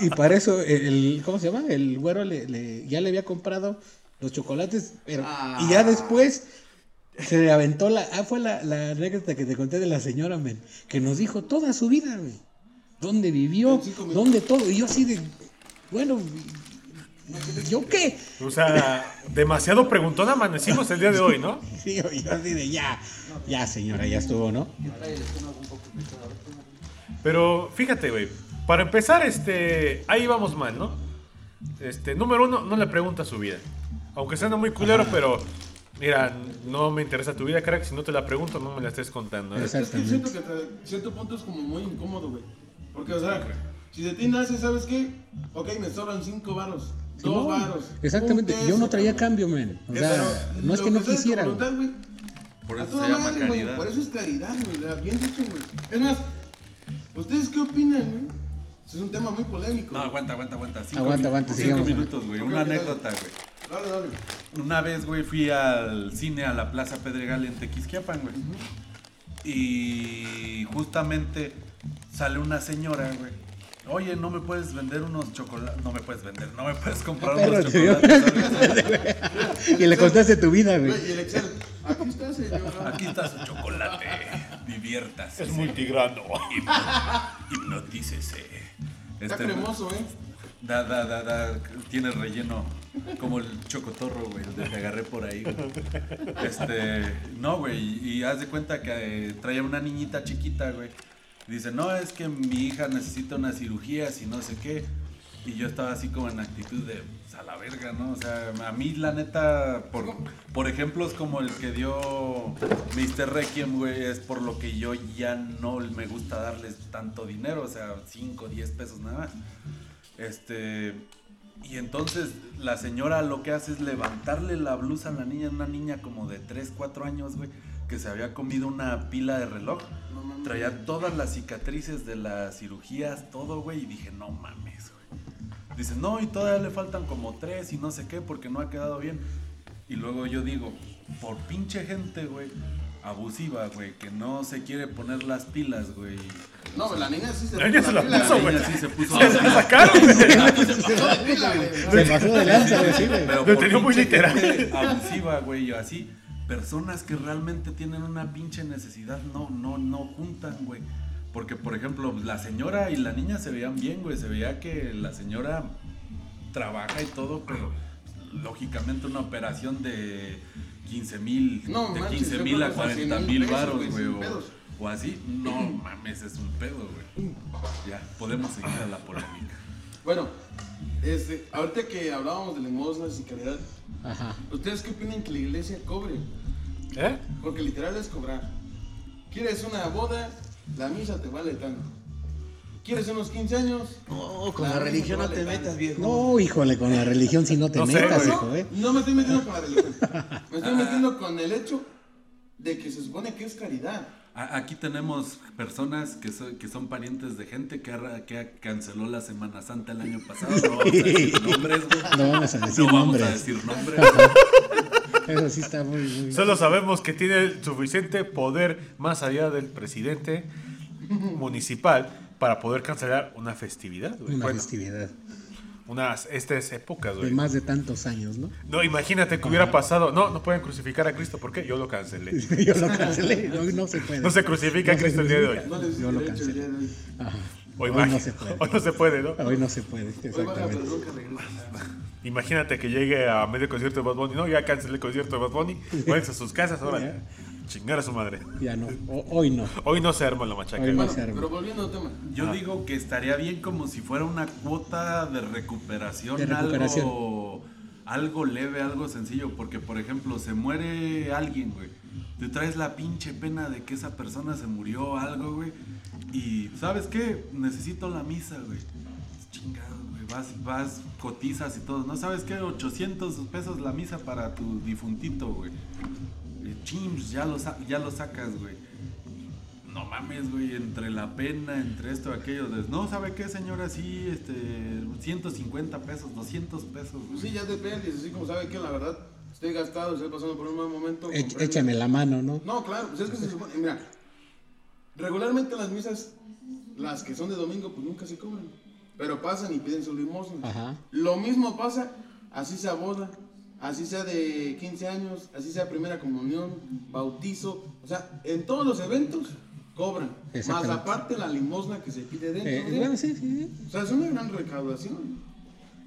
Y para eso, el, ¿cómo se llama? El güero le, le- ya le había comprado los chocolates, pero, y ya después se le aventó la, ah, fue la, la anécdota que te conté de la señora, men, que nos dijo toda su vida, güey, dónde vivió,
En cinco minutos.
dónde todo, y yo así de, bueno, ¿yo qué? [laughs]
O sea, demasiado preguntón amanecimos el día de hoy, ¿no?
Sí, yo, yo así de, ya, ya señora, ya estuvo, ¿no?
Pero fíjate, güey. Para empezar, este. Ahí vamos mal, ¿no? Este, número uno, no le pregunta su vida. Aunque suena muy culero, pero. Mira, no me interesa tu vida, crack. Si no te la pregunto, no me la estés contando. ¿eh? [laughs]
Exacto.
Es que siento que hasta cierto punto es como muy incómodo, güey. Porque, o sea, si de ti nace, ¿sabes qué? Ok, me sobran cinco varos, dos
Simón,
varos.
Exactamente,
un
yo no
peso,
traía
cabrón.
cambio, men. O
Eh,
sea,
pero
no es
lo
que no
sabes
quisiera. güey.
confrontar, güey.
Por
A
eso
toda
se llama
madre, güey,
caridad.
Por eso es caridad, güey. la- Bien dicho, güey. Es más, ¿ustedes qué opinan, güey? Es un tema muy polémico.
No, aguanta, aguanta, aguanta. Cinco
Aguanta,
minu-
aguanta,
Cinco
sigamos.
minutos, güey. Una
Ok, ok, dale.
anécdota, güey.
Dale, dale.
Una vez, güey, fui al cine a la Plaza Pedregal en Tequisquiapan, güey. Y justamente sale una señora, güey. Oye, no me puedes vender unos chocolates. No me puedes vender, no me puedes comprar
Ah,
unos
perro, te
chocolates.
Y le contaste tu vida, güey.
Güey, y el Excel. Aquí está, señora.
Aquí está su chocolate. Diviértase.
Es multigrano.
Hipnotícese.
Está
Este, güey,
cremoso, ¿eh?
Da, da, da, da, tiene relleno como el chocotorro, güey, el que agarré por ahí, güey. Este, no, güey, y haz de cuenta que eh, traía una niñita chiquita, güey. Dice, no, es que mi hija necesita una cirugía, si no sé qué. Y yo estaba así como en actitud de, "Pues, a la verga, ¿no? O sea, a mí la neta, por, por ejemplos como el que dio Mr. Requiem, güey, es por lo que yo ya no me gusta darles tanto dinero, o sea, 5, 10 pesos nada más. Este. Y entonces la señora lo que hace es levantarle la blusa a la niña, una niña como de 3, 4 años, güey, que se había comido una pila de reloj.
No mames.
Traía todas las cicatrices de las cirugías, todo, güey, y dije, no mames, güey. Dice, no, y todavía le faltan como 3 y no sé qué porque no ha quedado bien. Y luego yo digo, por pinche gente, güey, abusiva, güey, que no se quiere poner las pilas, güey.
No, pero la niña sí se
La niña se la
pila,
puso,
güey.
güey.
niña sí se puso.
Se la sacaron, güey.
Pila, güey.
Se pasó de lanza, güey, sí, güey.
Lo
Pero por
tenía muy
pinche
literal.
gente Abusiva, güey, yo así. personas que realmente tienen una pinche necesidad no, no, no juntan, güey. Porque, por ejemplo, la señora y la niña se veían bien, güey. Se veía que la señora trabaja y todo, pero pues, lógicamente una operación de 15 mil,
No,
de
manches,
15 mil a
yo conozco a
40
100,000
mil
pesos,
varos,
güey,
güey.
sin
O,
pedos.
o así, no mames, es un pedo, güey. Ya, podemos seguir a la polémica.
Bueno, este, ahorita que hablábamos de limosnas y caridad,
Ajá.
¿ustedes qué opinan que la iglesia cobre?
¿Eh?
Porque literal es cobrar. ¿Quieres una boda? La misa te vale tanto. ¿Quieres unos 15 años?
No, con la religión no te metas, viejo.
No, híjole, con la religión si no te
No sé,
metas,
güey.
hijo, ¿eh?
No me estoy metiendo con la religión. Me estoy metiendo con el hecho de que se supone que es caridad.
A- Aquí tenemos personas que, so- que son parientes de gente que, arra- que canceló la Semana Santa el año pasado. No vamos a decir nombres, güey.
No vamos a [laughs] decir
No vamos a
nombres.
decir nombres.
Eso sí está muy, muy.
Solo sabemos que tiene el suficiente poder más allá del presidente municipal para poder cancelar una festividad, güey.
Una
Bueno,
festividad.
unas estas épocas,
De
güey.
más de tantos años, ¿no? [laughs]
No, imagínate que hubiera pasado. No, no pueden crucificar a Cristo porque yo lo cancelé.
Yo lo cancelé. Hoy no se puede.
No se crucifica a
No se
Cristo el día de hoy.
No les
Yo lo
derecho el
cancelé.
día de hoy.
Ajá.
Hoy,
Hoy
imagi-
no se puede.
[laughs] hoy no se puede, ¿no?
Hoy no se puede,
Hoy baja,
exactamente.
pero nunca regresa.
Imagínate que llegue a medio concierto de Bad Bunny. No, ya cancelé el concierto de Bad Bunny. Váyanse a sus casas ahora. Chingar a su madre.
Ya no. o- hoy no.
Hoy no se arma la machaca.
Hoy no.
Bueno,
se arma.
pero volviendo al tema.
Yo digo que estaría bien como si fuera una cuota de recuperación,
De recuperación.
Algo, algo leve, algo sencillo. Porque, por ejemplo, se muere alguien, güey. Te traes la pinche pena de que esa persona se murió, algo, güey. Y, ¿sabes qué? Necesito la misa, güey. Chingado, güey. Vas, vas, cotizas y todo. ¿No sabes qué? 800 pesos la misa para tu difuntito, güey. Eh, Chimps, ya lo, sa- ya lo sacas, güey. No mames, güey, entre la pena, entre esto, aquello. de, no, ¿sabe qué, señora? Sí, este, 150 pesos, 200 pesos,
Pues
güey.
sí, ya depende. Así como sabe que la verdad estoy gastado, estoy pasando por un mal momento.
Ech-
comprendo.
échame la mano, ¿no?
No, claro, pues es que se supone. Mira, regularmente las misas, las que son de domingo, pues nunca se cobran. Pero pasan y piden su limosna.
Ajá.
Lo mismo pasa, así sea boda, así sea de 15 años, así sea primera comunión, bautizo. O sea, en todos los eventos cobran. Más
Exactamente.
aparte la limosna que se pide
Eh,
dentro. de-
bueno, sí, sí, sí.
O sea, es una gran recaudación.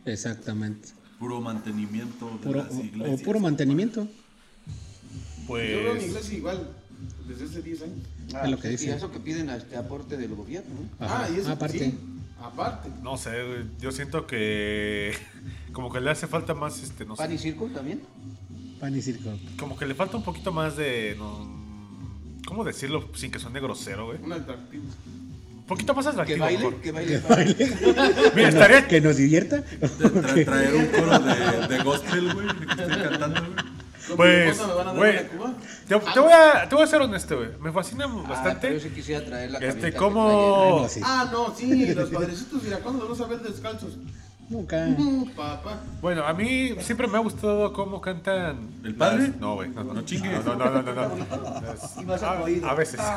Exactamente.
Puro mantenimiento de
Puro-
las
o, o
iglesias.
puro mantenimiento.
Yo veo mi
Pues.
iglesia igual, desde hace 10 años.
Es lo que
Y
dice.
eso que piden este aporte del gobierno. ¿no?
Ajá.
Ah, y eso
Aparte.
sí, aparte.
No sé, güey, yo siento que. [laughs] Como que le hace falta más, este, no
Pan y
sé.
circo también.
Pan y circo.
Como que le falta un poquito más de. no, ¿Cómo decirlo sin que suene grosero, güey?
Un atractivo.
Un poquito más
Que
atractivo.
baile,
mejor.
que baile.
Mira,
Que nos-
estaría.
Que nos divierta.
Tra- traer un coro de, de gospel, güey, que esté cantando, güey.
Con mi
Pues,
esposa me van a dar
güey.
una Cuba.
Te, te voy a, te voy a ser honesto, güey. Me fascina
Ah, pero yo sí
bastante.
quisiera traer la
Este,
camioneta que
¿cómo?
Ah, no, sí.
Ah, no, sí, los padrecitos, mira, ¿cuándo los vas a ver descalzos?
Nunca.
Mm, papá.
Bueno, a mí siempre me ha gustado cómo cantan.
¿El padre?
las- No, güey. No, no,
No chingues.
No, no, no, no. no. Las-
Y vas a
a,
oír.
Ah, a veces.
Ah.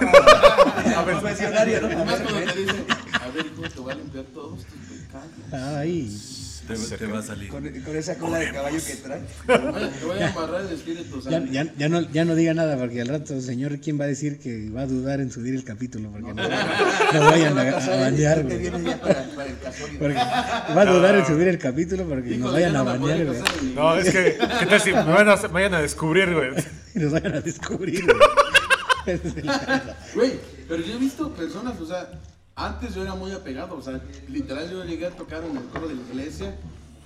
traía. El Confesionario, ¿no?
Y más cuando te dicen, a ver, hijo, te voy a limpiar todos tus pecados.
Ay.
Te, te va a salir.
Con, con esa cola de caballo que trae.
Te voy a amarrar el espíritu
Ya,
santo.
ya- ya no, ya no diga nada porque al rato, señor, ¿quién va a decir que va a dudar en subir el capítulo? Porque
[laughs]
no, no vayan a, a banear,
Te
güey.
viene ya para, para el casorio.
Porque va a dudar en subir el capítulo porque nos
Híjole,
vayan
ya
a
no me voy
banear, güey.
casar en mi
[laughs] No,
vida.
es que. ¿Qué tal si me van a, me vayan a descubrir, güey?
Y nos vayan a descubrir, güey.
Güey, pero yo he visto personas, o sea, antes yo era muy apegado, o sea, literal yo llegué a tocar en el coro de la iglesia,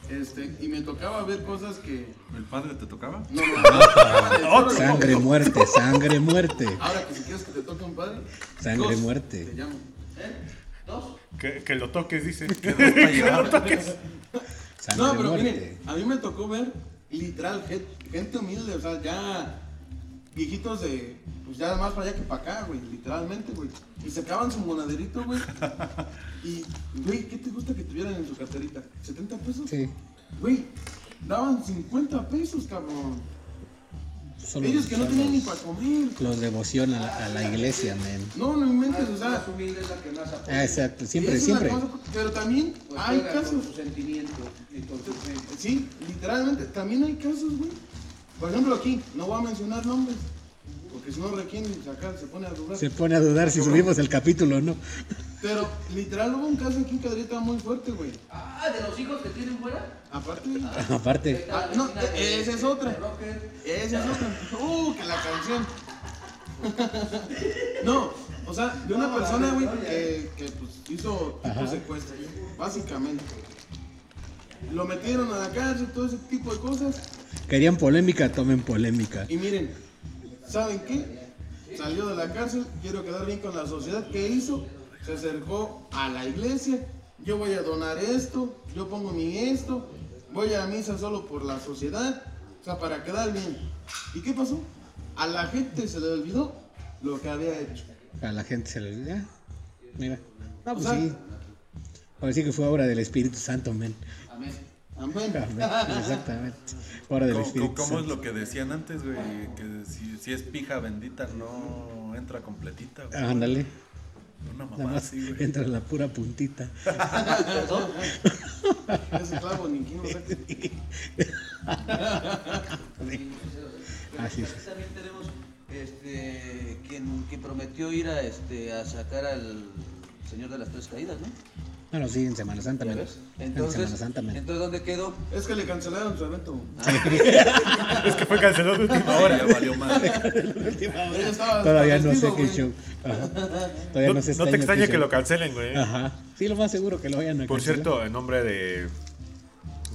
este, y me tocaba ver cosas que...
¿El padre te tocaba?
No, no, no, tocaban en el coro,
Sangre,
[laughs] no.
muerte, sangre, muerte.
Ahora que si quieres que te toque un padre...
Sangre,
dos,
muerte.
Te llamo. ¿Eh? ¿Dos?
Que, que lo toques, dice. [laughs]
Para llevar.
Sangre,
No, pero
muerte.
miren, a mí me tocó ver literal gen- gente humilde, o sea, ya viejitos de, pues ya más para allá que para acá, güey, literalmente, güey. Y sacaban su monaderito,
[laughs]
güey. Y, güey, ¿qué te gusta que tuvieran en su carterita? ¿70 pesos?
Sí,
Güey, daban 50 pesos, cabrón.
solo
Ellos que no
son
tenían ni
los-
para comer.
los devoción a la, a la iglesia, men.
No, no inventes, o sea,
humilde es la que más aporta.
Ah, exacto, siempre,
es una
siempre.
cosa, pero también
Pues
hay
juega con
casos. Eh,
sus sentimientos y con sus mentes.
Sí, literalmente, también hay casos, güey, Por ejemplo, aquí, no voy a mencionar nombres, porque si no requieren sacar, se pone a dudar.
Se pone a dudar si subimos el capítulo o no.
Pero literal hubo un caso aquí en Cadrita muy fuerte, güey.
Ah, de los hijos que tienen fuera.
Aparte.
Aparte,
Ah, no, e- esa es otra.
Rocker.
Esa es otra. Uh, que la canción. [laughs] No, o sea, de una persona, güey, que, que, pues, hizo tipo secuestro, básicamente. Lo metieron a la cárcel, todo ese tipo de cosas.
querían polémica, tomen polémica.
Y miren, ¿saben qué? Salió de la cárcel, quiero quedar bien con la sociedad. ¿Qué hizo? Se acercó a la iglesia. Yo voy a donar esto, yo pongo mi esto, voy a misa solo por la sociedad, o sea, para quedar bien. ¿Y qué pasó? A la gente se le olvidó lo que había hecho.
A la gente se le olvida. Mira. No, pues
O sea-
sí. Ahora sí que fue obra del Espíritu Santo, men.
Amén.
Amén.
Exactamente. Obra del
¿Cómo,
Espíritu
cómo- cómo es
Santo.
lo que decían antes, güey? Que si, si es pija bendita no entra completita, güey.
Ándale.
Una
Ah, Nada
mamá
más
así, Ah, güey.
entra la pura puntita.
Ese clavo ni quién lo saca.
Así
Así
es.
También tenemos este, quien que prometió ir a, este, a sacar al Señor de las Tres Caídas, ¿no?
Bueno, sí, en Semana Santa,
¿Ya
men.
ves?
En
Entonces,
Semana Santa, men.
entonces, ¿dónde quedó? Ah,
Es que le cancelaron su evento.
[laughs]
Es que fue cancelado de última
Ahora ya
hora.
valió más.
Ella estaba
Todavía no sé
vestido,
qué
güey.
show. Ajá. Todavía
No,
no, este sé
no te
qué
extrañe que
show.
lo cancelen, güey.
Ajá. Sí, lo más seguro que lo vayan a
Por
cancelar.
cierto, en nombre de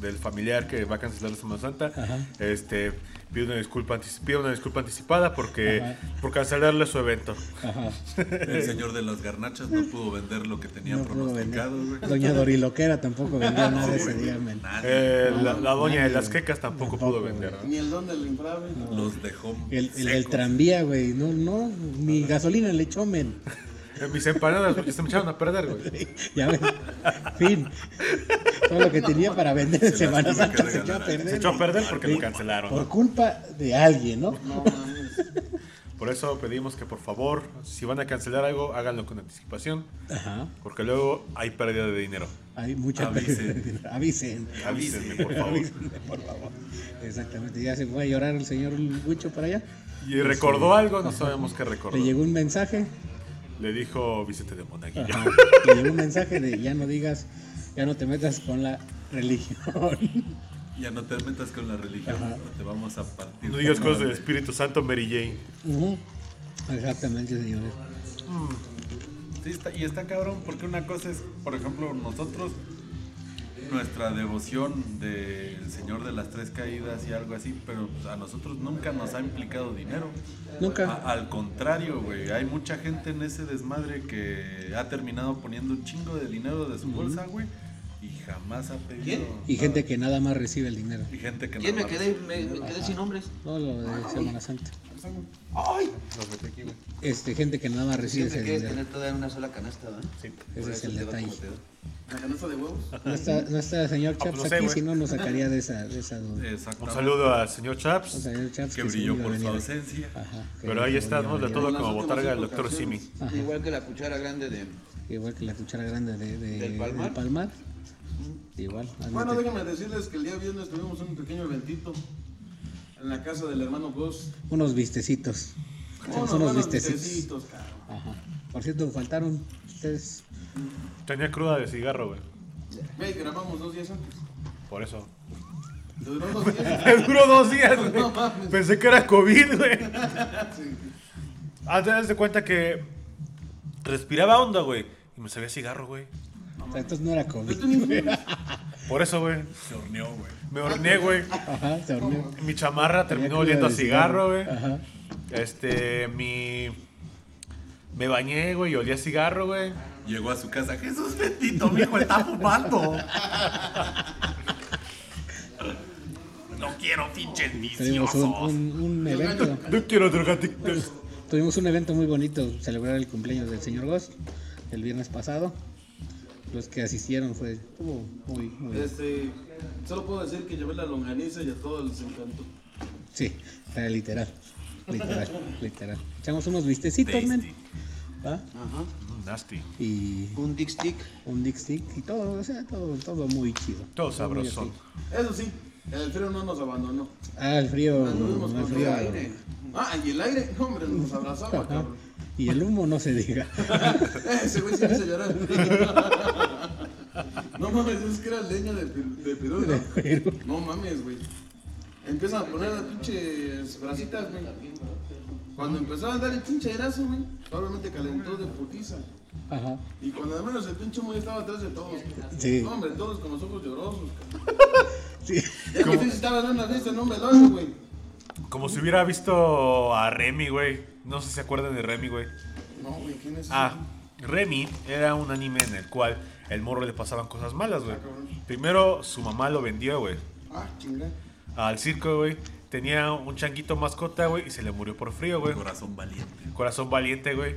del familiar que va a cancelar la Semana Santa,
Ajá.
este pido una disculpa antici- pido una disculpa anticipada porque
Ajá.
por cancelarle su evento.
Ajá.
El señor de las garnachas no pudo vender lo que tenía
No pudo vender.
pronosticado, güey.
Doña Doriloquera tampoco vendió nada ese día, men.
Nadie.
Eh, la, la doña de las
nadie.
quecas tampoco,
Tampoco,
pudo vender.
Ni el don del infrave.
Los dejó.
El, el, el
secos.
tranvía, güey. No, no, ni gasolina le echó, men. [laughs]
Eh, Mis empanadas porque se me echaron a perder, güey.
Ya ves. Fin. Todo lo que tenía para vender en
Se
Semana
las tuve que
Santa se echó a
regalar a
Se
él.
perder.
echó a perder porque
Sí.
lo cancelaron.
Por culpa de alguien, ¿no?
No mames.
Por eso pedimos que por favor, si van a cancelar algo, háganlo con anticipación,
Ajá.
porque luego hay pérdida de dinero.
Hay mucha
Avisen.
[laughs] Avisen.
Avísenme, por favor.
Avísenme, por favor. Exactamente. Ya se fue a llorar el señor Huicho para allá.
Y recordó algo, no sabemos qué recordó.
Le llegó un mensaje.
Le dijo Vicente de Monaguillo.
Ajá. Le llegó un mensaje de ya no digas, ya no te metas con la religión.
Ya no te metas con la religión, o te vamos a partir.
No digas
tu
cosas del
madre.
Espíritu Santo, Mary Jane.
Ujú. Exactamente, señores.
Sí, está- y está cabrón porque una cosa es, por ejemplo, nosotros, nuestra devoción del Señor de las Tres Caídas y algo así, pero pues, a nosotros nunca nos ha implicado dinero.
Nunca.
A- al contrario, güey, hay mucha gente en ese desmadre que ha terminado poniendo un chingo de dinero de su bolsa, güey, y jamás ha pedido.
¿Quién?
Y
nada.
gente que nada más recibe el dinero.
Y gente que
¿Quién me
nada más-
quedé? Me, me quedé sin nombres.
Todo lo de Semana Santa.
Los metí aquí, güey.
Este, gente que nada más recibe ese
Siempre quieres
dinero.
tener toda en una sola canasta, ¿verdad?
Sí.
Ese es el detalle.
La canasta de huevos.
No está, no está el señor
pues
Chaps
no sé,
aquí,
güey. Eh,
si no nos sacaría de esa, de esa duda.
Exacto.
Un saludo al señor
O
Chaps.
sea, el Chaps
que
que
brilló
seguro
por su
venía de- Ah.
ausencia.
Ajá, que
Pero ahí
seguro
está, ¿no?
venía
De
de-
todo
Las
como
últimas
botarga del
cinco
doctor Simi.
canciones.
Igual que la cuchara grande de.
Igual que la cuchara grande de, de-
¿Del Palmar?
del Palmar. Igual.
Bueno,
ándate.
déjenme decirles que el día viernes tuvimos un pequeño eventito en la casa del hermano Gus.
Unos vistecitos.
Unos
Son unos
buenos
vistecitos.
vistecitos, cabrón.
Ajá. Por cierto, faltaron ustedes.
Tenía cruda de cigarro, güey.
Güey, grabamos dos días antes.
Por
[laughs]
eso. [laughs]
Duró dos días.
Me duró dos días, güey.
No mames.
Pensé que era COVID, güey.
[laughs] Sí.
Antes de cuenta que respiraba onda, güey. Y me sabía cigarro, güey.
O sea, entonces no era
Yo
COVID.
tenía un virus.
Por eso, güey.
Se horneó, güey.
Me horneé, güey.
Ajá, se horneó.
Mi chamarra
Tenía
terminó
cruda
oliendo a
de
cigarro, güey.
Ajá.
Este, mi. Me bañé, güey, y olía a cigarro, güey.
Llegó a su casa, Jesús bendito, mi hijo está fumando. No quiero pinches
Tuvimos un, un, un evento.
No quiero drogadictos.
Tuvimos un evento muy bonito, celebrar el cumpleaños del señor Goss el viernes pasado. Los que asistieron fue estuvo muy, muy
Este, solo puedo decir que llevé la longaniza y a todos les encantó.
Sí, está literal. Literal,
[laughs]
literal. Echamos unos vistecitos, men. ¿va?
Ajá.
Nasty.
Y
Un dick stick.
un dick stick y todo, o sea, todo, todo muy chido.
Todo
Todo muy
sabrosón.
así.
Eso sí, El frío no nos abandonó.
Ah, el frío.
Anduvimos
el
con el
frío.
aire. Ah, y el aire, no, hombre, nos abrazaba, cabrón.
Y el humo no se
[laughs]
diga.
Eh, Ese güey sí me hizo llorar. [laughs] No mames, es que era leña de, Perú- de Perú, ¿no?
Pero,
No mames, güey. Empiezan a poner las pinches bracitas, güey. Cuando empezaron a dar el pinche airazo, güey, probablemente calentó de putiza.
ajá.
Y cuando al menos el pinche muy estaba atrás de todos. güey.
Sí.
No, hombre, todos con los ojos llorosos. cabrón.
Sí.
Es que sí estaba dando una risa, no me lo hago, güey.
Como si hubiera visto a Remy, güey. No sé si se acuerdan de Remy, güey.
No, güey, ¿quién es? ese?
Ah, Remy era un anime en el cual el morro le pasaban cosas malas, güey. Primero, su mamá lo vendió, güey.
Ah, chingada.
Al circo, güey. Tenía un changuito mascota, güey, y se le murió por frío, güey.
Corazón valiente.
Corazón valiente, güey.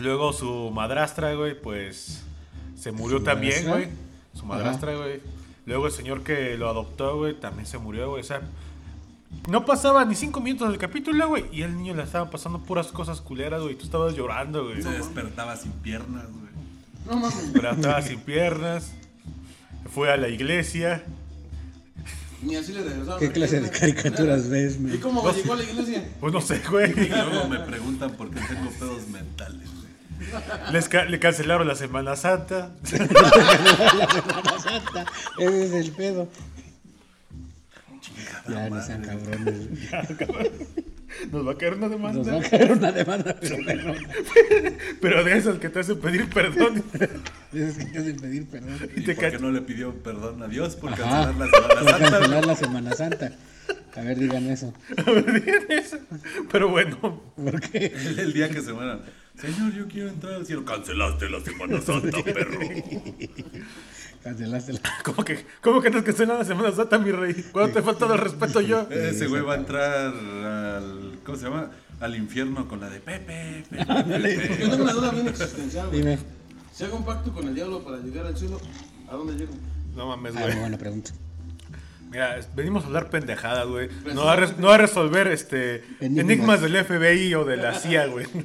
Luego su madrastra, güey, pues se murió
¿Su
también,
madrastra?
güey. Su madrastra, güey. Luego el señor que lo adoptó, güey, también se murió, güey. O sea, no pasaba ni cinco minutos del capítulo, güey. Y al niño le estaban pasando puras cosas culeras, güey. Tú estabas llorando, güey.
Se despertaba sin piernas, güey.
No mames.
Pero estaba sin piernas. Fue a la iglesia.
Ni así le regresaron.
¿Qué clase de caricaturas ves,
¿Y
men? [laughs]
cómo llegó a la iglesia?
Pues no sé, güey.
Y luego me preguntan por qué tengo pedos mentales, güey.
Les ca- le cancelaron la Semana Santa.
Ese es el pedo. Ya no sean cabrones. güey.
Nos va a caer una
Nos
demanda.
va a caer una demanda, pero bueno.
Pero de esas que te hacen pedir perdón.
Es que te hacen pedir perdón.
Y
¿Y
te
por qué
cach-
no le pidió perdón a Dios por
Ajá.
cancelar la Semana
Por
Santa? güey?
cancelar la Semana Santa. A ver, digan eso.
[laughs] Pero bueno,
¿Por qué?
El, el día que se mueran. Señor, yo quiero entrar al cielo. Cancelaste la Semana Santa, perro.
Cancelaste la.
¿cómo que, cómo que no cancelan la Semana Santa, mi rey? ¿Cuándo te falta el respeto yo?
Ese güey va a entrar al. ¿Cómo se llama? Al infierno con la de Pepe. Pepe,
Yo
Pepe.
tengo una duda bien existencial, güey.
Dime.
Si hago un pacto con el diablo para llegar al cielo, ¿a dónde llego?
[laughs] No mames,
Ah, muy
güey.
buena pregunta.
Mira, es- venimos a hablar pendejadas, güey. No a, res- no a resolver este
Enigmas.
enigmas del FBI o de la CIA, [laughs] güey. [laughs]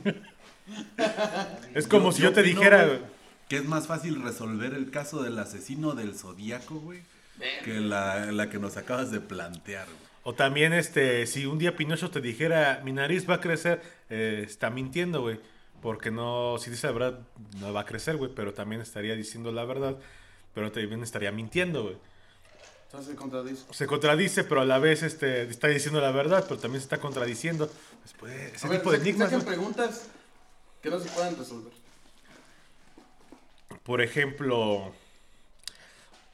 Es como si yo te
opino,
dijera,
güey,
güey,
Que es más fácil resolver el caso del asesino del zodíaco, güey. Que la, la que nos acabas de plantear, güey.
o también este, si un día Pinocho te dijera, mi nariz va a crecer, eh, está mintiendo, güey. Porque no, si dice la verdad, no va a crecer, güey. Pero también estaría diciendo la verdad, pero también estaría mintiendo, güey.
Entonces se contradice.
se contradice, pero a la vez este, está diciendo la verdad, pero también se está contradiciendo. Pues, pues, ese
A ver,
tipo de
sa-
enigmas.
saquen
güey.
preguntas que no se puedan resolver.
Por ejemplo,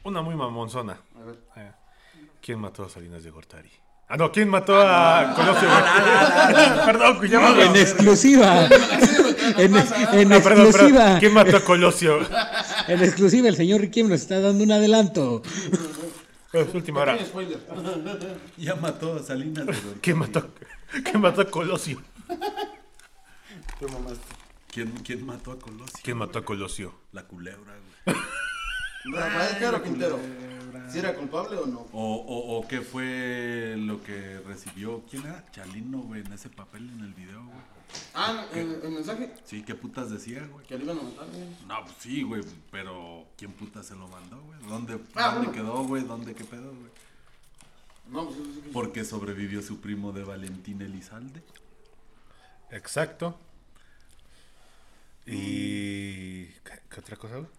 una muy mamonzona.
A ver.
Eh, ¿Quién mató a Salinas de Gortari? Ah, no, ¿quién mató a Colosio? [laughs] Perdón, cuñado.
En exclusiva. En, en
Ah, perdón,
exclusiva.
perdón. ¿Quién mató a Colosio?
En exclusiva, el señor Riquiem nos está dando un adelanto.
Es última hora.
Pequeño spoiler.
[laughs] Ya mató a Salinas. güey.
[laughs] ¿Quién mató, ¿Quién mató a Colosio?
¿Quién, quién mató a Colosio?
¿Quién mató a Colosio?
La culebra, güey.
Rafael Caro Quintero. ¿Si era culpable o no?
O, o, o qué fue lo que recibió. ¿Quién era? Chalino, güey, en ese papel en el video, güey.
Ah, el, el mensaje
Sí, ¿qué putas decía, güey?
que le iban a matar. güey.
No, pues sí, güey, pero ¿quién putas se lo mandó, güey? ¿Dónde,
Ah,
dónde
bueno.
quedó, güey? ¿Dónde qué pedo, güey?
No, pues sí, sí, sí.
Porque sobrevivió su primo de Valentín Elizalde.
Exacto. Y ¿qué, qué otra cosa? güey?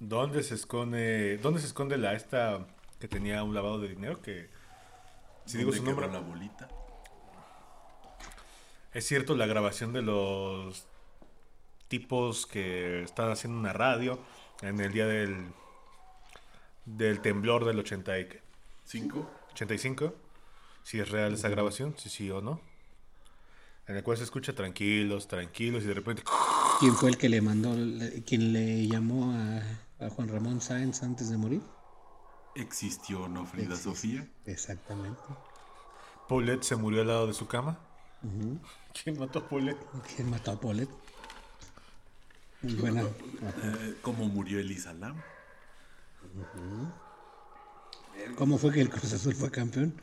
¿Dónde se esconde? ¿Dónde se esconde la esta que tenía un lavado de dinero que si digo
¿Dónde
su
quedó
nombre
la bolita.
es cierto la grabación de los tipos que están haciendo una radio en el día del del temblor del 80 y, qué?
¿Cinco?
85? Si es real esa grabación, si sí o no. En el cual se escucha tranquilos, tranquilos y de repente
¿Quién fue el que le mandó, le- quien le llamó a, a Juan Ramón Sáenz antes de morir?
¿Existió o no Frida Sofía?
Exactamente.
Paulette se murió al lado de su cama. [laughs] ¿Quién mató a Paulette?
¿Quién mató a Polet? Muy buena.
Eh, ¿Cómo murió Elisalam?
¿Cómo fue que el Cruz Azul fue campeón?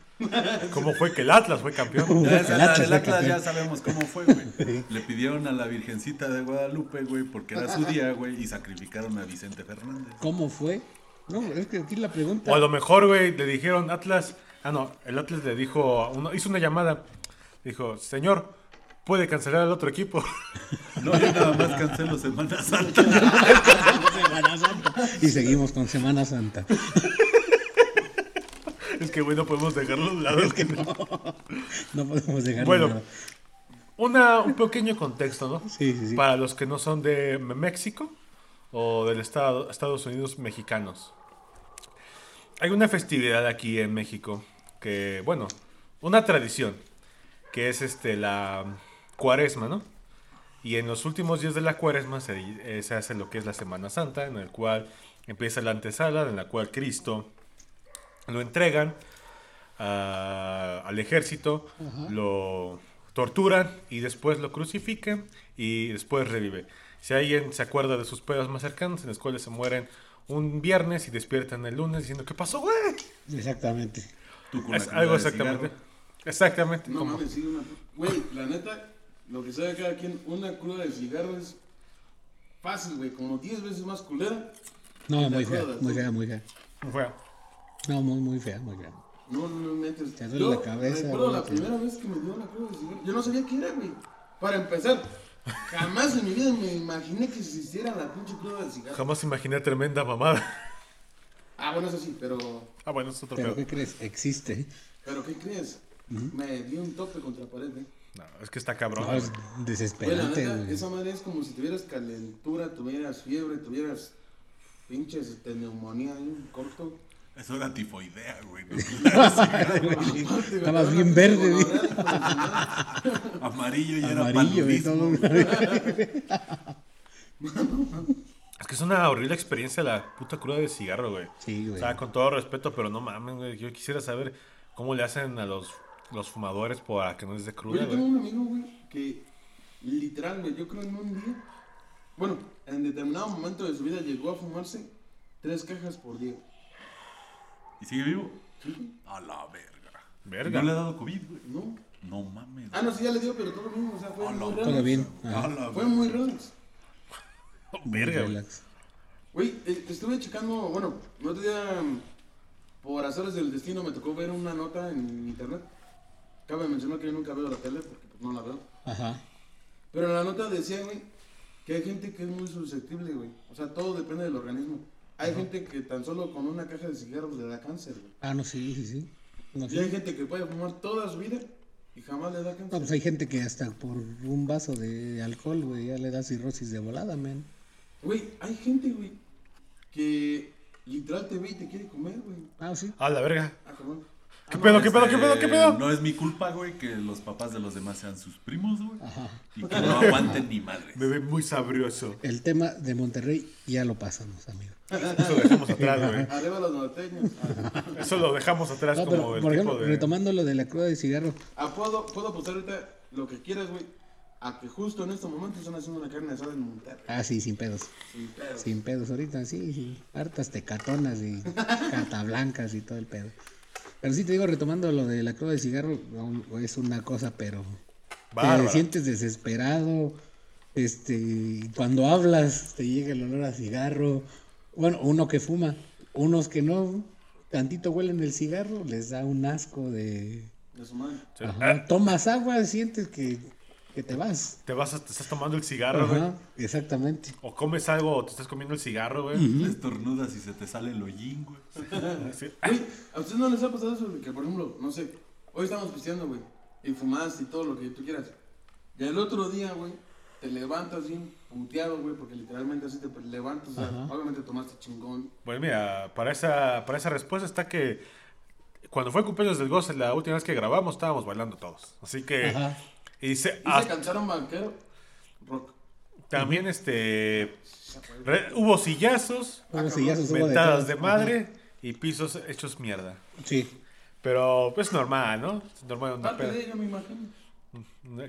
¿Cómo fue que el Atlas fue campeón?
¿Cómo
Ya,
fue que
esa-
el
la
Atlas
del
fue
Atlas ya
campeón?
sabemos cómo fue,
[laughs]
güey. Le pidieron a la Virgencita de Guadalupe, güey, porque era su día, güey, y sacrificaron a Vicente Fernández.
¿Cómo fue No, es que aquí la pregunta.
O a lo mejor, güey, le dijeron Atlas. Ah, no, el Atlas le dijo. a uno- hizo una llamada. Dijo, señor, puede cancelar al otro equipo. [laughs]
No, yo nada más cancelo Semana Santa.
Semana Santa. Y seguimos con Semana Santa.
es que, güey, no podemos dejarlo a un lado.
No podemos dejar.
Bueno.
nada.
Una, un pequeño contexto, ¿no?
Sí, sí, sí.
Para los que no son de M- México o del estado, Estados Unidos mexicanos. Hay una festividad aquí en México que, bueno, una tradición que es este la cuaresma, ¿no? Y en los últimos días de la cuaresma se, eh, se hace lo que es la Semana Santa, en el cual empieza la antesala, en la cual Cristo lo entregan a- al ejército, lo torturan y después lo crucifican y después revive. Si alguien se acuerda de sus pedos más cercanos, en las cuales se mueren un viernes y despiertan el lunes diciendo, ¿qué pasó, güey?
Exactamente.
Tú con la
Es
cantidad
algo
de
exactamente.
cigarro.
Exactamente.
No
como-
mames, sí, una. Güey, la neta, lo que sabe cada quien, una cruda de cigarro es fácil, güey, como 10 veces más culera.
No,
¿Te
muy fea,
acuerdas,
muy
no?
fea, muy fea.
Fue-
No, muy, muy fea, muy fea.
No, no me metes.
Te duele la cabeza,
Recuerdo
güey,
la
te-
primera vez que me dio una cruda de cigarro. Yo no sabía qué era, güey. Para empezar, jamás en mi vida me imaginé que existiera la pinche cruda de cigarro.
Jamás imaginé tremenda mamada.
Ah, bueno, eso sí, pero.
Ah, bueno, es otro pedo.
Pero ¿qué crees? Existe.
¿Pero qué crees? Me dio un tope contra la pared, güey.
No, es que está cabrón.
No, es
Güey, la
desesperante.
neta,
güey.
esa madre es como si tuvieras calentura, tuvieras fiebre, tuvieras pinches este, neumonía ahí un corto.
Eso era tifoidea, güey. ¿no? [laughs]
[laughs]
Estabas bien verde, güey.
Amarillo y era
amarillo ¿eh? y
paludismo.
todo.
Es que es una horrible experiencia la puta cruda de cigarro, güey.
Sí,
O
güey.
sea, con todo respeto, pero no mames, güey. Yo quisiera saber cómo le hacen a los, los fumadores para que no les dé cruda,
Yo tengo
güey.
un amigo, güey, que literal, güey, yo creo en un día, bueno, en determinado momento de su vida llegó a fumarse tres cajas por día.
¿Y sigue vivo? A la verga.
Verga.
No le ha dado COVID, güey.
¿No?
No mames.
Ah, no, sí, ya le digo, pero todo lo mismo, o sea, fue
A la
muy
verga.
Todo
raro.
bien.
A
Ajá.
la
Fue
verga.
muy relax.
Verga, güey.
Relax.
Güey, eh, estuve checando, bueno, el otro día, mm, por azares del destino, me tocó ver una nota en internet. Cabe mencionar que yo nunca veo la tele porque pues, no la veo.
Ajá.
Pero en la nota decía, güey, que hay gente que es muy susceptible, güey. O sea, todo depende del organismo. Hay gente que tan solo con una caja de cigarros le da cáncer, güey.
Ah, no, sí, sí, sí. No, sí.
Y hay gente que puede fumar toda su vida y jamás le da
No, pues
cáncer.
hay gente que hasta por un vaso de alcohol, güey, ya le da cirrosis de volada, men.
Güey, hay gente, güey, que literal te ve y te quiere comer, güey.
Ah, sí.
A la verga.
Ah, cabrón.
¿Qué pedo, qué pedo, qué
eh,
pedo, qué pedo?
Eh, No es mi culpa, güey, que los papás de los demás sean sus primos, güey.
Ajá.
Y que no aguanten ni madre.
Me ve muy sabrioso.
El tema de Monterrey ya lo pasamos, amigo.
Eso lo dejamos atrás, güey.
Arriba los norteños.
Eso lo dejamos atrás
No,
como
pero,
el tipo
por ejemplo,
de...
retomando lo de la cruda de cigarro,
Ah, puedo, puedo apostar ahorita lo que quieras, güey. A que justo en este momento están haciendo una carne asada en Monterrey.
ah, sí, sin pedos.
Sin pedo.
Sin pedos ahorita, sí, sí. Hartas tecatonas y catablancas y todo el pedo. Pero sí te digo, retomando lo de la cruda de cigarro, no, es una cosa, pero
Bárbara.
te sientes desesperado. Este, cuando hablas, te llega el olor a cigarro. Bueno, uno que fuma, unos que no, tantito huelen el cigarro, les da un asco de.
De su madre.
Sí.
Ajá,
Ah,
Tomas agua, sientes que, que te vas.
Te vas, a- te estás tomando el cigarro, güey.
Ajá, exactamente.
O comes algo o te estás comiendo el cigarro, güey.
Le estornudas y se te sale el hollín, güey.
Sí.
Güey, ¿a ustedes no les ha pasado eso? güey? Que, por ejemplo, no sé, hoy estamos pisteando, güey, y fumaste y todo lo que tú quieras. Y el otro día, güey, te levantas bien puteado, güey, porque literalmente así te levantas. o sea, obviamente tomaste chingón.
Pues mira, para esa, para esa respuesta está que... Cuando fue el cumpleaños del Goce, la última vez que grabamos, estábamos bailando todos. Así que...
Ajá.
Y se, ah,
Y se cansaron banquero. Rock.
También este re- hubo sillazos,
Hubo sillazos, hubo de
ventadas
todo.
de madre y pisos hechos mierda.
Sí.
Pero es normal, ¿no? Es normal una
Parte
peda.
de ello, me imagino.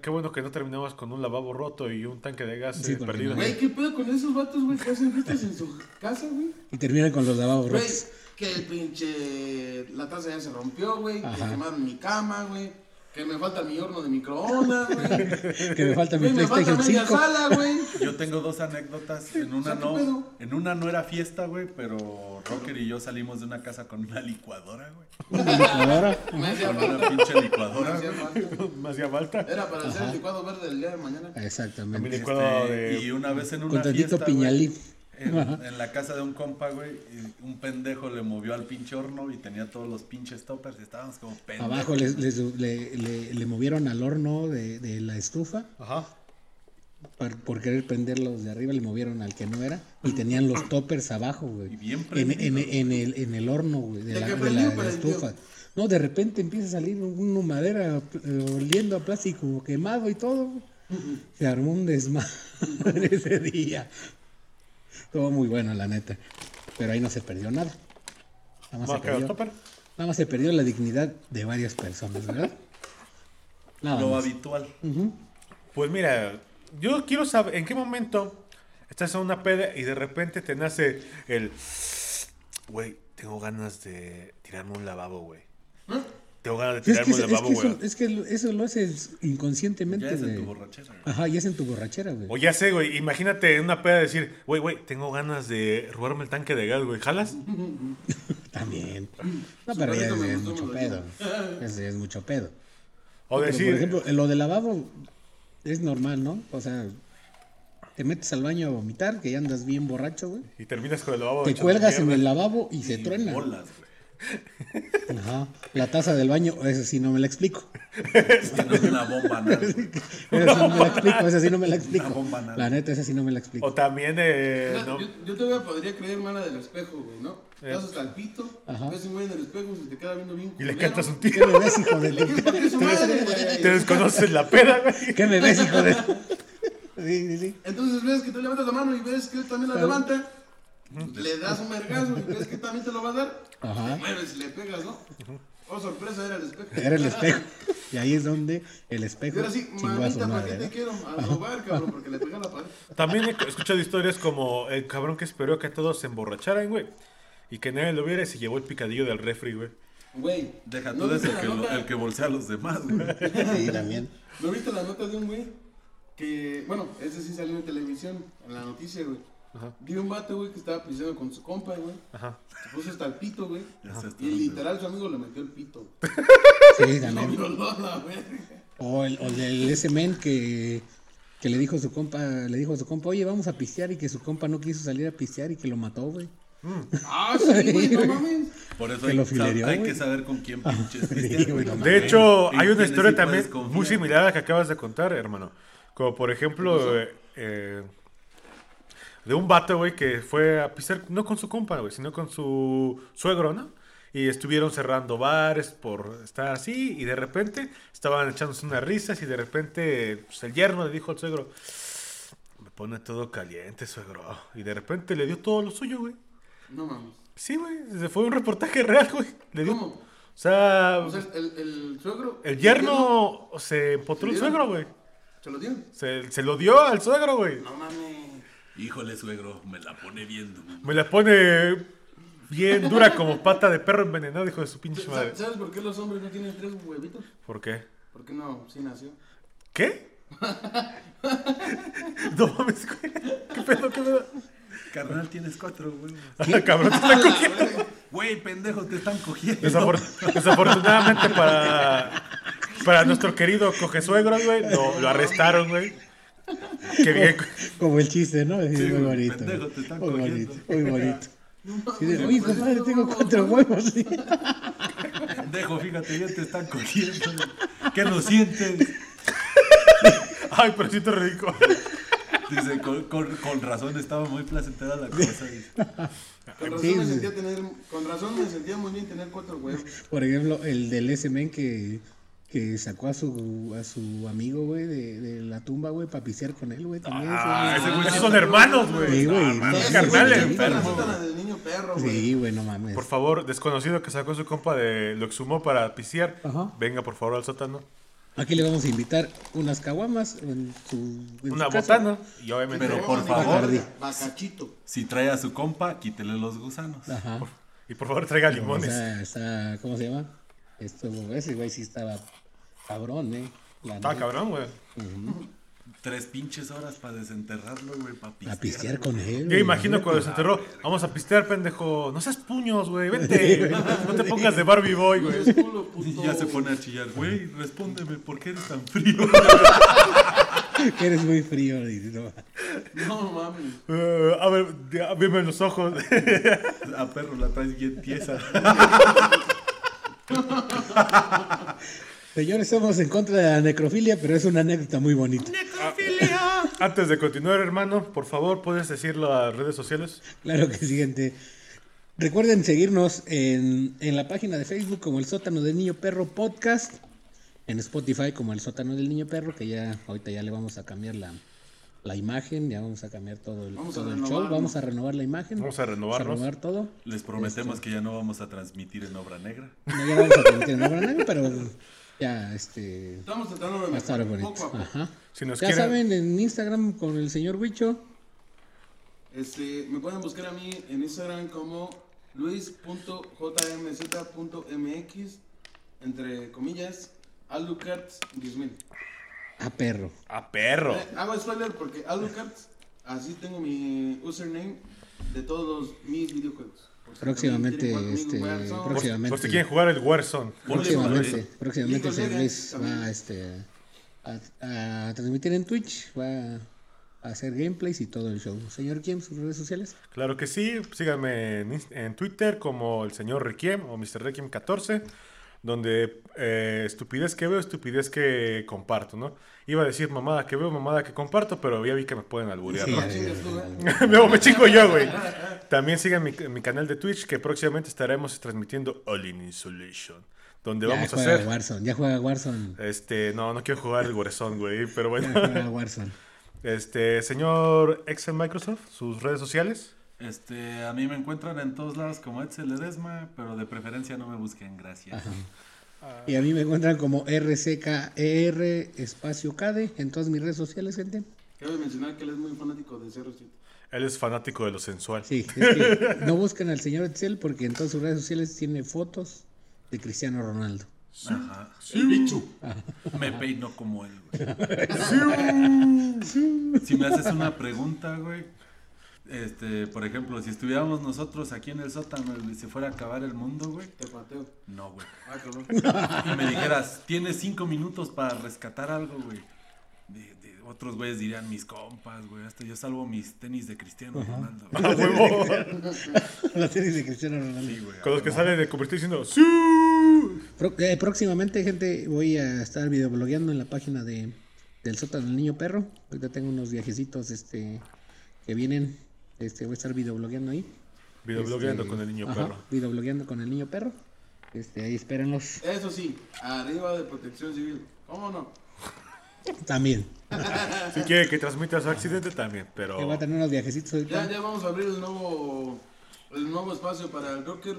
Qué bueno que no terminamos con un lavabo roto y un tanque de gas
Sí,
eh,
porque
perdido.
no.
Güey, ¿qué pedo con esos vatos, güey, que hacen fiestas en su casa, güey?
Y terminan con los lavabos
Güey,
rotos.
que el pinche. La taza ya se rompió, güey. Que
Ajá.
quemaron mi cama, güey. Que me falta mi horno de microondas, güey.
Que me falta mi
Güey, me falta
PlayStation
media
5.
sala, güey.
Yo tengo dos anécdotas. En
o
una
sea, ¿qué
no,
pedo?
en una no era fiesta, güey, pero Rocker y yo salimos de una casa con una licuadora, güey.
Ahora,
Me hacía
Con una
falta.
pinche
Me
licuadora.
hacía
güey.
falta.
[laughs] Me hacía falta.
Era para hacer el licuado verde del día de mañana.
Mi
Exactamente.
licuado
Este,
de.
y una vez en una
Con tantito
fiesta, güey,
piñalí.
en, en la casa de un compa, güey, y un pendejo le movió al pinche horno y tenía todos los pinches toppers y estábamos como pendejos.
Abajo les- les- le, le- le movieron al horno de, de la estufa
Ajá.
por, por querer prenderlos de arriba, le movieron al que no era y tenían los toppers abajo, güey.
Y bien
en, en-
prendidos.
en el, en el horno, güey, de
De
la,
que
de
prendió,
la- de la
prendió.
estufa. No, de repente empieza a salir una madera eh, oliendo a plástico quemado y todo. güey. Se armó un desmadre ese día. Todo muy bueno, la neta. Pero ahí no se perdió nada. Nada más se
Más que los
perdió,
topper.
nada más se perdió la dignidad de varias personas,
[laughs]
¿verdad? Nada
Lo
más.
habitual.
Pues mira, yo quiero saber en qué momento estás en una peda y de repente te nace el. Güey, tengo ganas de tirarme un lavabo, güey. Tengo ganas de
Es
tirarme
que,
un
es
lavabo,
que eso,
güey.
es que lo- eso lo haces inconscientemente.
Ya es en
güey.
tu borrachera, güey.
Ajá, y es en tu borrachera, güey.
O ya sé, güey, imagínate en una peda decir, güey, güey, tengo ganas de robarme el tanque de gas, güey, ¿jalas?
También. No,
Su
pero ya
perrito
es,
me
es
gustó,
mucho
me lo
pedo. [laughs] Es, es mucho pedo.
O
Pero, por
decir,
ejemplo, lo del lavabo es normal, ¿no? O sea, te metes al baño a vomitar, que ya andas bien borracho, güey.
y terminas con el lavabo.
Te
hecho
cuelgas en
mierda.
el lavabo y se
Y
truena.
bolas, güey.
Ajá. La taza del baño, eso sí no me la explico.
Es que no es una bomba, nada,
[laughs]
güey.
Esa sí no me la explico, esa sí no me la
Una
explico.
bomba, nada.
La neta, esa sí no me la
O
explico.
también, eh,
Mira,
no,
Yo, yo todavía podría creer mala del espejo, güey, ¿no? Estás hasta el pito,
Eh. Ajá.
ves un güey en el espejo, se te queda viendo bien
y le
culero.
cantas un
¿Qué
tiro.
me ves, hijo de
Le quieres partir su madre, güey.
Te desconoces la peda, güey.
¿Qué me ves, hijo de Sí, sí, sí.
Entonces ves que tú levantas la mano y ves que él también la levanta. Le das un mergazo y ves que también te lo va a dar.
Ajá.
Te mueves y le pegas, ¿no? Oh, sorpresa, era el espejo.
Era el espejo. Y ahí es donde el
Y
espejo
ahora sí,
chingó a su
mamita, ¿para qué
madre.
te
¿no?
quiero? A robar, cabrón, porque le pegas la pared.
También he escuchado historias como el cabrón que esperó que todos se emborracharan, güey. Y que nadie lo viera y se llevó el picadillo del refri, güey.
Güey.
Deja
¿no
tú de
viste
ese
la
que, lo-
nota?
el que bolsea a los demás, güey.
[laughs]
Sí, también.
¿No viste la nota de un güey? Que, bueno, ese sí salió en televisión, en la noticia, güey. Vi un vato, güey, que estaba pisando con su compa, güey.
Ajá.
Se puso hasta el pito, güey.
Ya sé, está
Y
bien.
literal su amigo le metió el pito. [laughs]
Sí,
No
también.
violó a la verga.
O el, o el- el- ese men que, que le dijo a su compa, le dijo a su compa, oye, vamos a pistear y que su compa no quiso salir a pistear y que lo mató, güey.
Ah, sí, güey, [laughs] no mames.
Por eso
Que
hay,
lo
sab-
filereó,
hay
güey.
que saber con quién pinches.
[laughs] Sí, güey, no
De hecho, hay una historia también muy
muy similar.
similar a la que acabas de contar, hermano. Como por ejemplo, eh, eh, de un vato, güey, que fue a pisar, no con su compa, güey, sino con su suegro, ¿no? Y estuvieron cerrando bares por estar así, y de repente estaban echándose unas risas, y de repente pues, el yerno le dijo al suegro: Me pone todo caliente, suegro. Y de repente le dio todo lo suyo, güey.
No mames.
Sí, güey, fue un reportaje real, güey. Le dio-
¿Cómo?
O sea,
O sea, el, el suegro.
el yerno se empotró el
¿Sí?
suegro, güey.
¿Se lo dio?
Se, se lo dio al suegro, güey.
No mames.
Híjole, suegro, me la pone viendo.
Me la pone bien dura como pata de perro envenenado, hijo de su pinche madre.
¿Sabes sabes por qué los hombres no tienen tres huevitos?
¿Por qué?
Porque no, sí nació.
¿Qué? [laughs] No mames, güey. ¿Qué pedo, qué pedo?
Carnal, tienes cuatro, güey.
Ah, Cabrón, te están cogiendo.
Güey, pendejo, te están cogiendo.
Desafor- desafortunadamente para, para nuestro querido cogesuegro, güey, lo, lo arrestaron, güey. Qué bien. güey.
Como el chiste, ¿no? Es
Sí,
muy
güey,
bonito.
pendejo,
güey.
te están
muy bonito, muy
cogiendo.
bonito. Sí, de,
mames,
Oye,
pues,
compadre,
no,
tengo
no,
cuatro huevos. sí.
Pendejo, fíjate bien, te están cogiendo. ¿Qué no sientes?
Ay, pero siento ridículo.
Dice, con, con- con razón estaba muy placentera la cosa. dice.
Ah,
Con razón,
Sí,
me
sí.
sentía tener, con razón me sentía muy bien tener cuatro huevos.
Por ejemplo, el del ese men que, que sacó a su, a su amigo, güey, de, de la tumba, güey, para pisear con él, güey. También, ese,
Ah, ese
güey.
güey, esos son hermanos,
Sí,
güey.
güey.
Ah, mames,
Sí,
carnales,
güey.
enfermo.
enfermo, güey.
La del niño perro, güey.
Sí, güey, no mames.
Por favor, desconocido que sacó su compa de lo exhumó para pisear.
Ajá.
Venga, por favor, al sótano.
Aquí le vamos a invitar unas caguamas en su. en su
Una
casa.
botana. Y obviamente.
Pero
No,
por
ni
favor,
que fuera Bacachito.
si trae a su compa, quítele los gusanos.
Ajá.
Y por favor, traiga
O
limones.
sea, está, ¿cómo se llama? Esto, ese güey sí estaba cabrón, ¿eh? La
Está
neta.
cabrón, güey.
Tres pinches horas para desenterrarlo, güey, para
A pistear con él.
Yo
güey,
imagino
la
cuando
neta.
se enterró, vamos a pistear, pendejo. No seas puños, güey, vete. No te pongas de Barbie Boy, güey.
Es culo,
Y
puto.
ya se pone a chillar, güey, respóndeme, ¿por qué eres tan frío?
Que eres muy frío. dice, no.
No mames.
Eh, a ver, de- a- veme los ojos.
[laughs]
[laughs]
A perro la traes bien tiesa.
Señores, somos en contra de la necrofilia, pero es una anécdota muy bonita.
Antes de continuar, hermano, por favor, puedes decirlo a redes sociales.
Claro que sí, gente. Recuerden seguirnos en, en la página de Facebook como El Sótano del Niño Perro Podcast. En Spotify como El Sótano del Niño Perro, que ya ahorita ya le vamos a cambiar la, la imagen, ya vamos a cambiar todo el,
Vamos a
todo el show,
renovarnos.
vamos a renovar la imagen.
Vamos a renovarnos.
renovar todo.
Les prometemos que ya no vamos a transmitir en obra negra.
No, ya vamos a permitir no habrá nada, pero ya este
Estamos tratando de
va a estar
mejorar
bonito.
poco a poco.
Ajá.
Si nos
ya
quieren-
saben, en Instagram con el señor Huicho.
Este, me pueden buscar a mí en Instagram como luis.jmz.mx entre comillas Alucards 10000.
A perro.
A perro.
Eh, hago spoiler porque Alucards, así tengo mi username de todos los- mis videojuegos. Por si
Próximamente,
también quieren jugar
este,
conmigo,
Por,
Warzone.
si- por si
Próximamente.
quieren jugar el Warzone.
Ponle
Próximamente,
madre.
próximamente el
Nico
señor
Lira
Luis
también.
va este, a, a transmitir en Twitch, va a hacer gameplays y todo el show. Señor Kim, sus redes sociales.
Claro que sí, síganme en, Inst- en Twitter como el señor Requiem o Mr. Requiem14, donde eh, estupidez que veo, estupidez que comparto, ¿no? Iba a decir mamada que veo, mamada que comparto, pero ya vi que me pueden alburear,
Sí,
¿no?
a ver,
Chingas tú, ¿eh?
[laughs] Luego me chingo yo, güey. También sigan mi, mi canal de Twitch, que próximamente estaremos transmitiendo All in Insulation, donde
ya
vamos a
juega
hacer...
Warzone, ya juega Warzone.
Este, no, no quiero jugar el Warzone, güey, pero
Ya
bueno.
[laughs] juega Warzone.
Este, señor Excel Microsoft, sus redes sociales.
Este, a mí me encuentran en todos lados como Edsel Ledesma, pero de preferencia no me busquen, gracias.
Y a mí me encuentran como RCKER E espacio KD en todas mis redes sociales, gente.
Cabe mencionar que él es muy fanático de CR7.
Él es fanático de lo sensual.
Sí, es que no busquen al señor Excel porque en todas sus redes sociales tiene fotos de Cristiano [laughs] Ronaldo.
Ajá. El bicho. Me peino como él, güey. Si me haces una pregunta, güey. Este, por ejemplo, si estuviéramos nosotros aquí en el sótano y se fuera a acabar el mundo, güey.
Te pateo.
No, güey.
Ah, cabrón.
[laughs] Y me dijeras, tienes cinco minutos para rescatar algo, güey. De, de- otros güeyes dirían mis compas, güey. Hasta yo salvo mis tenis de Cristiano Ronaldo.
[laughs]
güey".
A huevo.
La serie de Cristiano Ronaldo.
[laughs] Sí, güey, a
Con los que
huevo.
salen de convertir diciendo ¡Sí!
Pro- eh, próximamente, gente, voy a estar videoblogueando en la página de del sótano del niño perro. Ahorita tengo unos viajecitos este que vienen. Este, voy a estar videoblogueando ahí.
Videoblogueando
Este,
con el niño
ajá,
perro.
Videoblogueando con el niño perro. Este, ahí espérenlos
Eso sí, arriba de protección civil. ¿Cómo no?
también.
Si quiere que transmita su accidente también, pero.
Que va a tener unos viajecitos
Ya,
ahorita.
ya vamos a abrir el nuevo, el nuevo espacio para el Rocker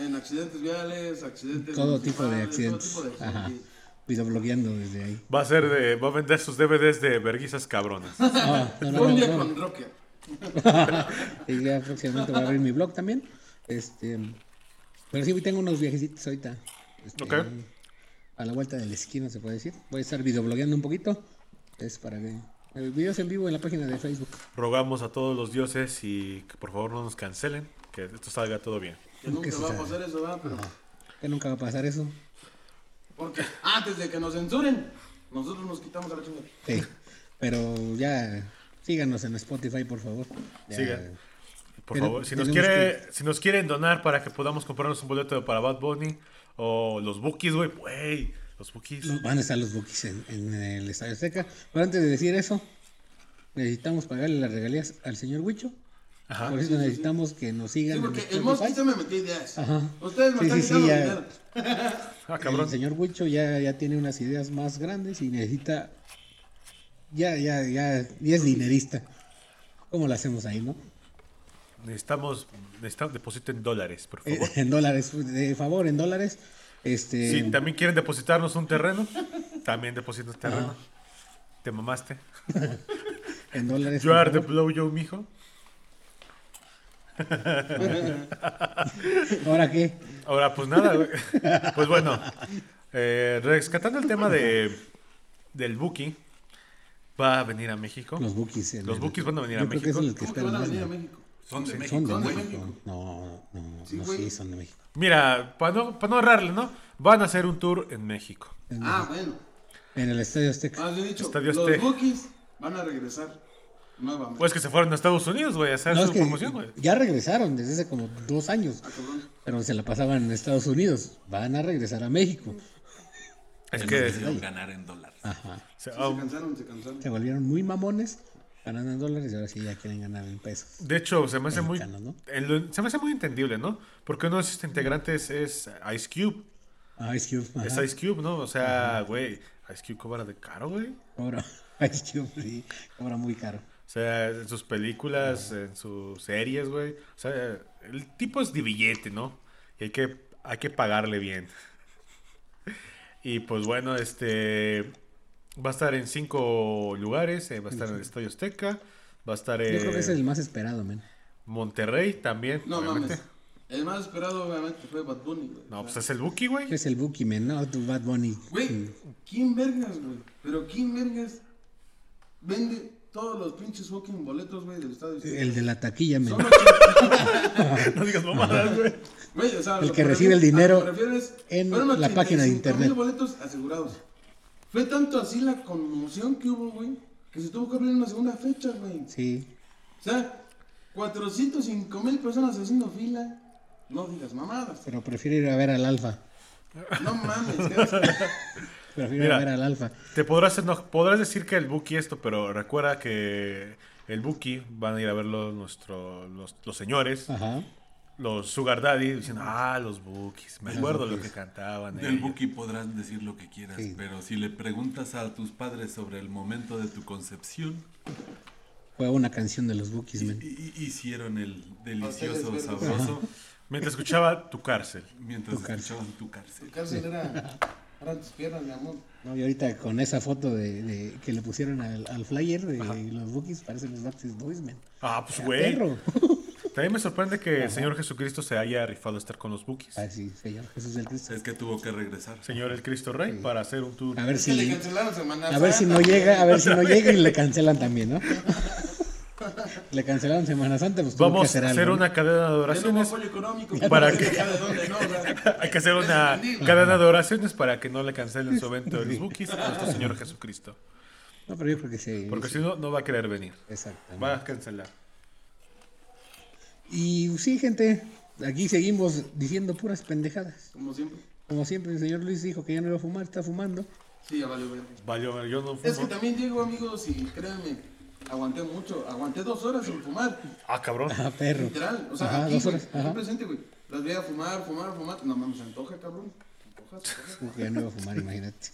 en accidentes viales, accidentes.
Todo tipo de
municipales,
accidentes.
todo tipo de
Ajá.
accidentes.
Videoblogueando desde ahí.
[laughs]
Va a ser de. Va a vender sus DVDs de verguizas cabronas.
Ah, no, no,
Fue un
no,
día
no.
con Rocker.
Y ya próximamente voy a abrir mi blog también. Este, pero sí, tengo unos viajecitos ahorita. este,
Ok.
A la vuelta de la esquina, se puede decir. Voy a estar videoblogueando un poquito. Es para que. El video es en vivo en la página de Facebook.
Rogamos a todos los dioses y que por favor no nos cancelen. Que esto salga todo bien.
Que
Nunca
nunca
se
va a
sabe.
pasar eso, ¿verdad? Pero,
Que nunca va a pasar eso.
porque antes de que nos censuren, nosotros nos quitamos a la chingada.
Sí. Pero ya. Síganos en Spotify, por favor. Ya,
Sigan. Por
Pero
favor, si nos,
tenemos
quiere, si nos quieren donar para que podamos comprarnos un boleto para Bad Bunny o los Bookies, güey, güey, los Bookies.
no, Van a estar los bookies en, en el Estadio Azteca. Pero antes de decir eso, necesitamos pagarle las regalías al señor Huicho.
Ajá.
Por eso necesitamos que nos sigan.
Sí,
en
porque el
Spotify.
Mosquito se me metió ideas.
Ajá.
Ustedes me
Sí,
están
sí, sí,
quitando
ya.
dinero.
Ah, cabrón.
El señor Huicho ya, ya tiene unas ideas más grandes y necesita. Ya, ya, ya. Y es dinerista. ¿Cómo lo hacemos ahí, no?
Necesitamos, necesitamos depositen dólares, por
Eh,
favor.
en dólares, de favor, en dólares. Este.
Si también quieren depositarnos un terreno, también depositan terreno.
Ah.
Te mamaste.
En dólares.
You
por
are the
favor.
blow, yo, mijo.
¿Ahora qué? [laughs]
Ahora, pues nada, güey. Pues bueno, Eh, rescatando el tema de, del Buki, va a venir a México.
Los Bookies. el-
Los Bookies van a venir a
yo creo que
México.
es el que
¿Cómo que
esperan
van a
más,
venir a
¿no?
México?
Son de México.
Son de
Son de
México.
México.
No, no, no,
Sí,
no,
güey.
sí, son de México.
Mira, para no, pa' no errarle, ¿no? Van a hacer un tour en México.
Es
Ah, bueno.
En el Estadio Azteca.
Más bien Ah, dicho,
Estadio
los
Azteca.
Bookies van a regresar nuevamente.
Pues que se fueron a Estados Unidos, güey, a hacer
No, es
Ah, su
que
promoción, güey.
ya regresaron desde hace como dos años,
Ah, cabrón.
pero se la pasaban en Estados Unidos. Van a regresar a México.
Es
Ya
que
nos hicieron ganar en dólares.
Ajá.
se-
Sí,
ah,
se cansaron, se cansaron.
Se volvieron muy mamones, ganan en dólares y ahora sí ya quieren ganar en pesos.
de hecho, se me hace muy
Mexicanos, ¿no?
en lo- se me hace muy entendible, ¿no? Porque uno de sus integrantes es Ice Cube.
Ah, Ice Cube.
Es
ajá.
Ice Cube, ¿no? O sea, güey, Ice Cube cobra de caro, güey.
Cobra, [laughs] Ice Cube, sí, cobra muy caro.
O sea, en sus películas, en sus series, güey. O sea, el tipo es de billete, ¿no? Y hay que, hay que pagarle bien. [laughs] Y pues bueno, este. Va a estar en cinco lugares. eh, va a estar en el Estadio Azteca. Va a estar
Yo creo que es
en
el más esperado, men.
Monterrey también.
No
obviamente.
mames. El más esperado, obviamente, fue Bad Bunny, güey.
No,
O
pues
sea,
es el Buki, güey.
Es el Buki, men, no, tu Bad Bunny.
Güey, ¿quién vergas, güey? Pero ¿quién vergas vende todos los pinches fucking boletos, güey, del estadio?
El de la taquilla, men.
Son ocho-
[laughs] No digas mamadas, güey.
Güey, o sea,
El
lo
que
me
recibe el
refiero-
dinero
a lo que me refiero es,
en
fueron
la página de
85,000
internet.
boletos asegurados. Fue tanto así la conmoción que hubo, güey, que se tuvo que abrir una segunda fecha, güey.
Sí,
O sea, 405 mil personas haciendo fila. No digas mamadas.
pero prefiero ir a ver al Alfa. [laughs]
No mames. ¿sabes?
Prefiero ir
Mira.
a ver al Alfa.
Te podrás, eno- podrás decir que el Buki esto, pero recuerda que el Buki van a ir a verlo nuestro, los, los señores.
Ajá.
los Sugar Daddy diciendo, ah, los Bookies, me acuerdo lo que cantaban.
Del
ellos".
Buki podrás decir lo que quieras,
Sí.
pero si le preguntas a tus padres sobre el momento de tu concepción,
Fue una canción de los Bookies,
y-
men.
y- hicieron el
Pasteles
delicioso
verdes.
sabroso
Mientras escuchaba tu cárcel.
mientras
Tu cárcel.
escuchaban tu cárcel.
Tu cárcel era, eran tus piernas, mi amor.
No, y ahorita con esa foto de, de- que le pusieron al, al flyer de los Bookies, parecen los Baptist Boys, men.
Ah, pues güey.
Perro.
También me sorprende que el Señor Jesucristo se haya rifado a estar con los Bookies.
Ah, sí, señor Jesús del Cristo.
Es que tuvo que regresar.
Señor el Cristo Rey para hacer un tour.
A ver
Es que le
si,
cancelaron Semana
a ver si no
Santa,
llega, a ver si no llega y le cancelan también, ¿no? Le cancelaron Semana Santa, pues tuvo que
Vamos a hacer
algo, ¿no?
una cadena de
Ya no hubo
oraciones.
apoyo económico.
Para
que...
que-
¿De dónde no? o sea,
[laughs] Hay que hacer
[laughs]
una cadena de oraciones para que no le cancelen su evento de los Bookies a nuestro Señor Jesucristo.
No, pero yo creo que sí.
Porque si no, no va a querer venir.
Exactamente.
Va a cancelar.
Y sí, gente, aquí seguimos diciendo puras pendejadas.
Como siempre.
Como siempre, el señor Luis dijo que ya no iba a fumar, está fumando. [laughs]
Sí, ya valió verga.
Valió, yo no
Es que
fumo.
también llego, amigos, y créanme, aguanté mucho. Aguanté dos horas sin fumar.
Ah, cabrón.
Ah, perro.
Literal. O sea,
Ajá,
aquí,
dos
güey,
horas,
aquí
ajá.
presente, güey. Las veía fumar, fumar, fumar. No mames, se antoja, cabrón. Se antoja, se antoja.
Dijo que ya no iba a fumar, imagínate.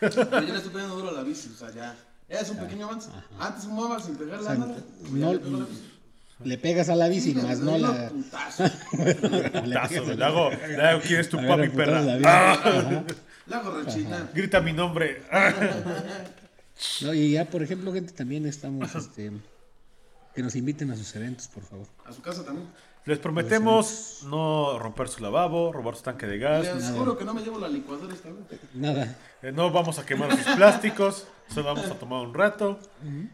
Pero yo le estoy pegando duro a la bici, o sea, ya. Es
Ah.
un pequeño avance. Antes fumaba sin pegar la
sea,
nada.
no- Le pegas a la bici, más no la. [laughs] le
Tazo,
pegas a
le hago, le hago, ¿quién es tu
a ver,
papi,
a putazos la
perra? Ah.
bici. Ajá.
Lago rechina.
Grita mi nombre. Ah,
No, y ya, por ejemplo, gente,
[laughs]
también estamos. este, que nos inviten a sus eventos, por favor.
A su casa también.
Les prometemos no romper su lavabo, robar su tanque de
Ah,
gas,
Les juro que no me llevo la licuadora esta vez.
Nada.
eh, no vamos a quemar sus plásticos, solo vamos a tomar un rato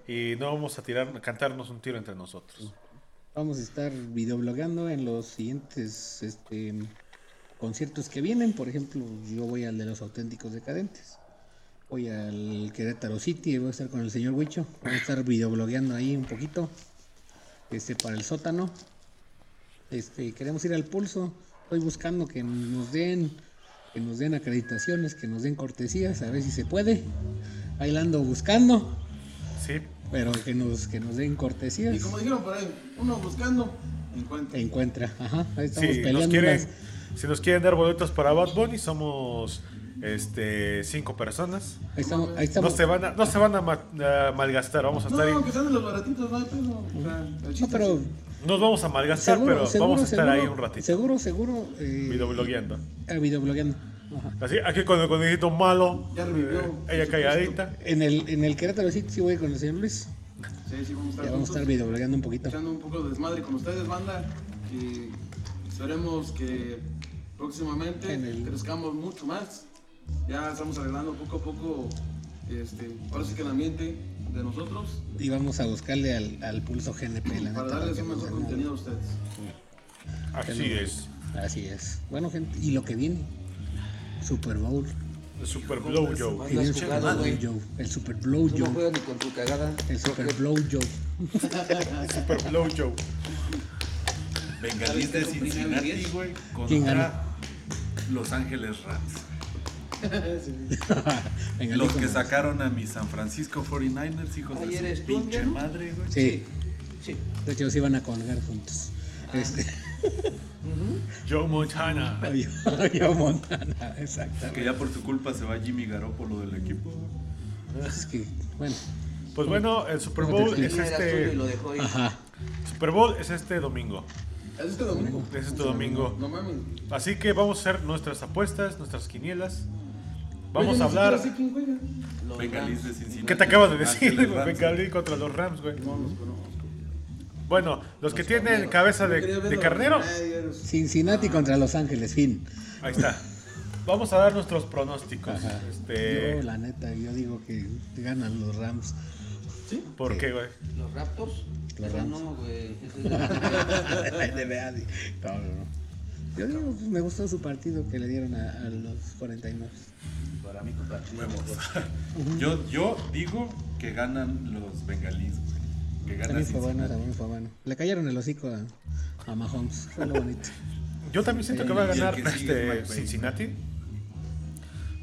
y no vamos a tirar, a cantarnos un tiro entre nosotros.
Vamos a estar videoblogando en los siguientes este, conciertos que vienen. Por ejemplo, yo voy al de los auténticos decadentes. Voy al Querétaro City y voy a estar con el señor Huicho. Voy a estar videoblogueando ahí un poquito. Este, para el sótano. Este, queremos ir al pulso. Estoy buscando que nos den, que nos den acreditaciones, que nos den cortesías, a ver si se puede. Ahí la ando buscando,
Sí,
pero que nos, que nos den cortesías
Y como dijeron por ahí, uno buscando, encuentra.
encuentra. Ajá, ahí estamos
si nos
peleando.
quieren,
unas-
si nos quieren dar boletos para Bad Bunny, somos este cinco personas.
Ahí estamos, ahí
No
estamos.
se van a, no se van a, ma- a malgastar, vamos a
No,
estar ahí.
aunque sean de los baratitos, no hay pedo. O sea, el
No,
chiste
pero
es-
Nos vamos a malgastar,
seguro,
pero
seguro,
vamos a estar
seguro,
ahí un ratito,
Seguro, seguro. Eh,
videoblogueando.
eh, videoblogueando. Ajá.
Así, aquí con el conejito malo,
Ya revivió,
eh,
por
ella
supuesto.
calladita.
En el, en el Querétaro City sí voy con el señor Luis.
Sí, sí, vamos a estar
Ya vamos a
juntos,
estar videoblogueando un poquito.
echando un poco de desmadre con ustedes, banda. Y esperemos que próximamente
En el-
crezcamos mucho más. ya estamos arreglando poco a poco, este, ahora sí que el ambiente de nosotros
Y vamos a buscarle al, al pulso GNP, la neta.
para darles
porque
un
no
mejor
sé nada.
contenido a ustedes.
Así es.
Así es. Bueno, gente, y lo que viene. Super Bowl.
Super Blow Joe.
Y
No has
el Super
jugado,
Blow
güey.
Joe. El Super Blow
Tú no
Joe.
juegas ni con tu cagada.
El Super Blow Joe. [laughs]
Super Blow Joe.
Bengalíes de
¿Sabes qué es lo
Cincinnati,
primero
güey,
¿Quién ganó?
contra Los Ángeles Rams.
Venga,
Los
Nico,
que
nos-
sacaron a mi San Francisco 49ers, hijos
Ayer
de su
estuvo,
pinche
¿no?
madre, güey.
Sí,
Sí.
de hecho se iban a colgar juntos. Este,
Joe Montana.
[laughs] había, había Montana, exacto.
Que ya por su culpa se va Jimmy Garoppolo del equipo. güey.
Es que, bueno,
Pues bueno, el Super
¿Cómo te
Bowl
Él
es
era suyo y
este.
lo dejó ir.
ajá.
Super Bowl es este domingo.
¿Es este domingo?
Es este domingo.
No mames.
Así que vamos a hacer nuestras apuestas, nuestras quinielas.
Oye,
Vamos
ni
a hablar.
siquiera sé Ah, quién juega.
Los
Bengalíes
Rams.
de Cincinnati.
¿Qué te acabas de decir? [laughs]
Ángeles
güey?
Rams,
Bengalí contra los Rams, güey.
No los conozco.
Bueno, los que tienen cabeza de,
Quería
de
verlo.
carnero,
Ay, Dios.
Cincinnati contra Los Ángeles, fin.
ahí está. Vamos a dar nuestros pronósticos.
Ajá. Yo,
Este,
la neta, yo digo que ganan los [laughs] Rams.
¿Por qué, güey?
Los Raptors.
Los
Ah,
Rams.
No,
[laughs]
güey.
La NBA, sí. No, no, no. Yo digo, pues, me gustó su partido que le dieron a, a los 49.
Para mí, compartimos.
Yo, yo digo que ganan los bengalíes, güey. Que ganan
También fue bueno,
Cincinnati.
también fue bueno. Le cayeron el hocico a, a Mahomes, fue lo bonito.
Yo también siento que va a
Y el
ganar
que sigue es
este,
McVay.
Cincinnati.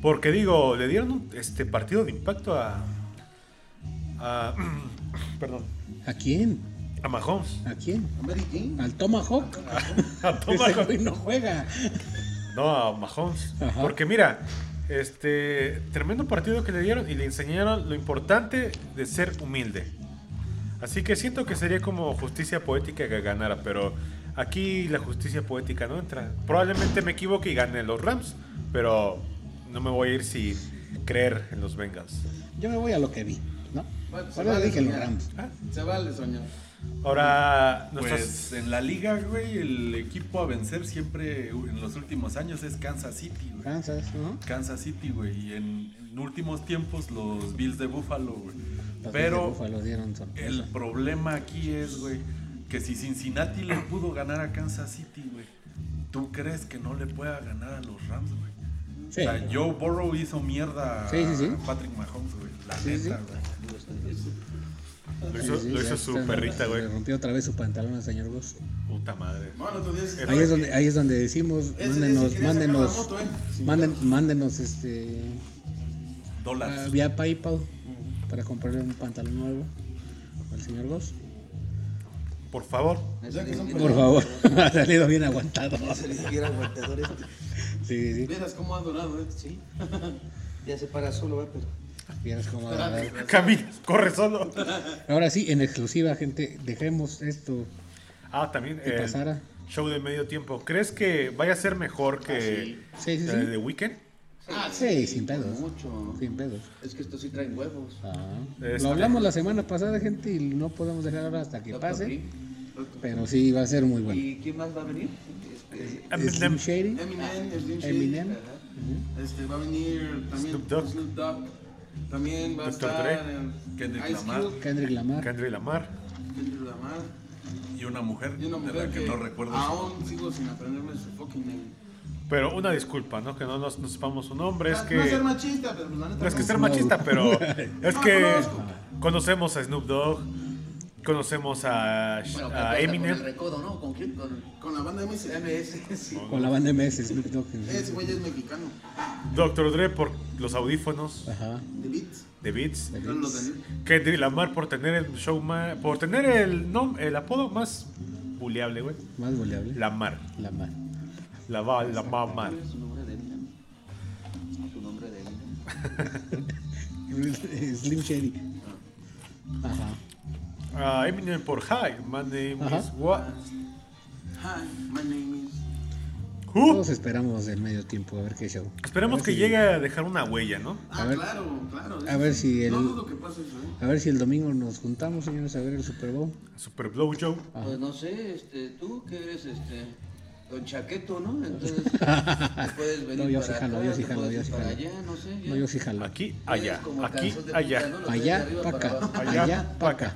Porque digo, le dieron un este partido de impacto a. a [clears throat] perdón.
¿A quién?
A Mahomes. [laughs]
¿A quién?
¿A Mary Jane?
¿Al Tomahawk?
A Tom
[laughs] Ese
Mahomes.
güey no juega.
No, a Mahomes.
Ajá.
Porque mira, este tremendo partido que le dieron y le enseñaron lo importante de ser humilde. Así que siento que sería como justicia poética que ganara, pero aquí la justicia poética no entra. Probablemente me equivoque y gane los Rams, pero no me voy a ir sin creer en los Bengals.
Yo me voy a lo que vi, ¿no?
Bueno, se
Ahora
vale
dije los
soñar.
Rams.
Ah,
Se vale soñar.
Ahora, nuestros-
Pues en la liga, güey, el equipo a vencer siempre en los últimos años es Kansas City, güey.
Kansas, ¿no?
Kansas City, güey. Y en, en últimos tiempos los Bills de Buffalo, güey.
Los de
Pero
Buffalo dieron sorpresa.
el problema aquí es, güey, que si Cincinnati le pudo ganar a Kansas City, güey, ¿tú crees que no le pueda ganar a los Rams, güey?
Sí.
O sea, Joe Burrow hizo mierda
Sí, sí, sí.
a Patrick Mahomes, güey. La
Sí, sí.
neta, güey.
Pues, lo
Sí,
hizo,
sí,
lo
ya
hizo
está,
su
¿no?
perrita, güey.
Le rompió otra vez su pantalón al señor Gus.
Puta madre.
Bueno, otro día se-
Ahí es donde, ahí es donde decimos,
Ese día sí
mándenos,
quería sacar la
mándenos,
moto, ¿eh? Sin
manden- mándenos este ah,
Dólares.
vía PayPal para comprarle un pantalón nuevo al señor Gus.
Por favor. [laughs]
Ya que son
Por favor, [laughs] ha salido bien aguantado.
No se
Sí,
les quiera aguantador este.
sí, sí.
Verás cómo ha dorado, ¿eh? [laughs] Sí.
Ya se para solo, va, pero.
Vieras cómo ha dado.
Camina, corre solo.
Ahora sí, en exclusiva, gente, dejemos esto
Ah, también
que
el
pasara.
show de medio tiempo. ¿Crees que vaya a ser mejor que
Sí, sí,
la de The
sí.
Weeknd?
Ah, sí.
Sí, sin pedos.
Mucho.
Sin pedos.
Es que estos sí traen huevos.
Ah,
Está
lo hablamos la semana pasada, gente, y no podemos dejar ahora hasta que
Doctor
pase.
Dre.
Pero sí, va a ser muy bueno.
¿Y quién más va a venir?
Eh,
Este,
Slim Shady,
Eminem, Slim Shady,
Eminem,
ajá. Este, va a venir también
Snoop Dogg.
Snoop Dogg. También va a
Dr.
estar
Dre.
eh,
Kendrick
Ice
Lamar.
Cube,
Kendrick Lamar.
Kendrick Lamar.
Kendrick Lamar.
Y una mujer,
Y una
de
mujer
la que, no recuerdo. su
aún sigo sin aprenderme su fucking name.
Pero una disculpa, ¿no? Que no nos no sepamos su nombre. Es
Ah, No
que.
ser machista, pero pues, la neta.
No es que
no.
ser
No.
machista, pero. [laughs] Es
No,
que.
conozco.
Conocemos a Snoop Dogg. Conocemos a,
bueno,
a
que corta Con el
Eminem.
recodo, ¿no? Con, quién? con
Con la banda MS.
MS. [laughs] sí.
Con la banda MS, Snoop Dogg.
Ese güey es mexicano.
Dr. Dre por los audífonos
Ajá.
De Beats.
de Beats.
No lo tenía.
Kendrick Lamar por tener el show más. Por tener el, nom- el apodo más buleable, güey.
Más goleable.
Lamar.
Lamar.
La va, la mamá.
¿Cuál es su nombre de Eminem? Su nombre de Eminem.
Slim Shady. Ajá.
Ah, Eminem por Hi, my name
Ajá.
is what?
Hi, my name is.
Who?
Todos esperamos el medio tiempo a ver qué show.
Esperemos
A ver
que
si-
llegue a dejar una huella, ¿no?
Ah,
A ver.
claro, claro.
A ver si
No
el-
dudo que pase eso, ¿eh?
A ver si el domingo nos juntamos, señores, a ver el Super Bowl.
Ah.
Super Blow Joe.
Ajá.
Pues no sé, este, tú que eres este. Don Chaqueto, ¿no?
[laughs]
Entonces, te puedes venir
No, yo sí
para
jalo,
acá,
yo sí
te
jalo,
puedes
yo
ir
sí
para
jalo.
allá, no sé. ya.
No, yo sí jalo.
Aquí,
Ya eres
allá,
como
aquí,
calzón de puta,
allá.
¿no? Lo traes de
Allá,
arriba
para acá.
abajo.
Allá,
Allá,
pa'
para acá.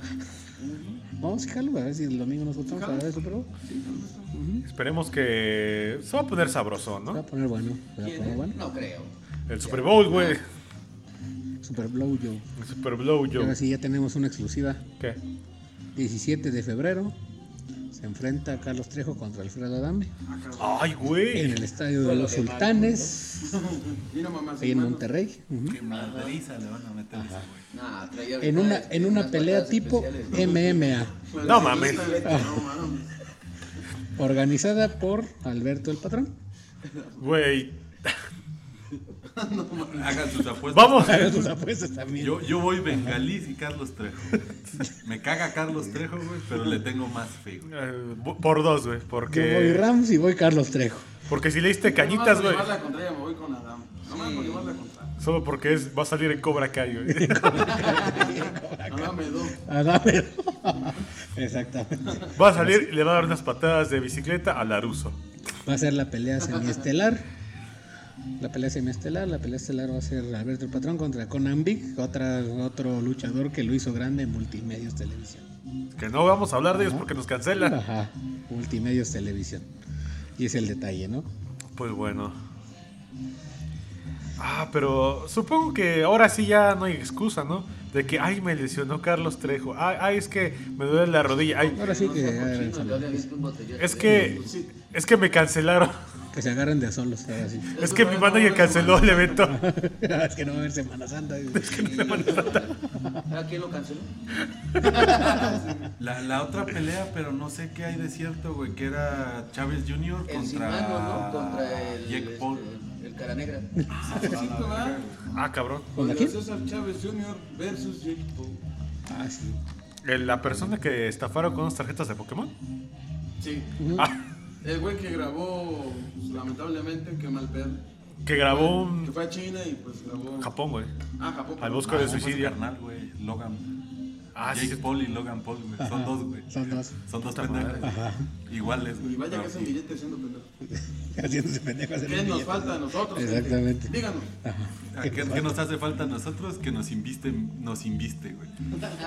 Vamos a jalarlo, a ver si el domingo nos juntamos para ver el Super Bowl.
Esperemos que se va a poner sabroso,
Se va a
¿no?
poner bueno. Se va a
¿Quién
poner
es?
bueno.
No creo.
El Super Bowl, güey.
Super Blow Joe.
El Super Blow, yo.
Ahora sí ya tenemos una exclusiva.
¿Qué?
17 de febrero se enfrenta Carlos Trejo contra Alfredo Adame
Ay,
en
güey.
el Estadio de los Sultanes,
Mira, mamá,
ahí en Monterrey. Ujú.
Qué madriza le van a meter a ese güey.
Nah, traía
En una,
unas-
en una
unas
pelea
patadas
tipo
especiales, ¿no?
MMA,
No mames.
No
[laughs]
mames.
organizada por Alberto el Patrón. [laughs]
Güey.
Hagan sus apuestas.
Vamos.
Hagan sus apuestas también.
Yo, yo voy Bengalís y Carlos Trejo. Me caga Carlos Trejo, güey, pero le tengo más fe, güey.
Eh, por dos, güey.
Yo voy
Porque,
Rams y voy Carlos Trejo.
porque si le diste
No
cañitas,
más
güey.
porque vas la contraria, me voy con Adam. No más porque vas la contraria.
Solo porque es, va a salir en Cobra Kai, güey. [laughs]
Adam me do.
Adame. [laughs] Exactamente.
Va a salir y le va a dar unas patadas de bicicleta a Laruso.
Va a ser la pelea semiestelar. La pelea semiestelar, la pelea estelar va a ser Alberto el Patrón contra Conan Big, otra, otro luchador que lo hizo grande en Multimedios Televisión.
Que no vamos a hablar de ellos porque nos cancelan.
Ajá, Multimedios Televisión. Y es el detalle, ¿no?
Pues bueno. Ah, pero supongo que ahora sí ya no hay excusa, ¿no? De que, ay, me lesionó Carlos Trejo. Ay, ay, es que me duele la rodilla. Ay,
Ahora sí que,
No, cochino,
agárrense,
le había visto un botellazo. ¿eh?
es que, es que me cancelaron. [laughs]
que se agarren de a solos. Ahora sí. [laughs]
Es que mi manager canceló el evento.
es que no va a haber Semana Santa.
¿Ah, quién lo canceló?
La, la otra pelea, pero no sé qué hay de cierto, güey, que era Chávez Jr.
El Simano, ¿no?
contra.
Contra el.
Jake
este,
Paul.
El cara
[laughs]
negra.
Ah, cabrón.
¿Con la
Julio
quién?
César Chávez Jr. versus Jake Paul.
Ah, sí.
Eh, La persona que estafaron con unas tarjetas de Pokémon.
Sí.
Ah,
El güey que grabó, pues, lamentablemente, que mal pedo.
que grabó
Que
un
fue a China y pues grabó.
Japón, güey.
Ah, Japón.
Al
Ah,
busco
¿cómo
de
es
suicidio.
carnal, güey, Logan.
Ah,
Jake
sí.
[laughs] Paul y Logan Paul, güey. Son
Ajá,
dos, güey.
son dos.
Son dos pendejos. Iguales, güey.
Y vaya que
Pero
es un
sí.
billete siendo pendejo.
Haciéndose pendejos. en
¿Qué
el
nos
billete.
falta a nosotros? gente?
Exactamente. [laughs]
Díganos.
¿A ¿Qué, qué nos hace falta a nosotros? Que nos inviste, nos inviste, güey.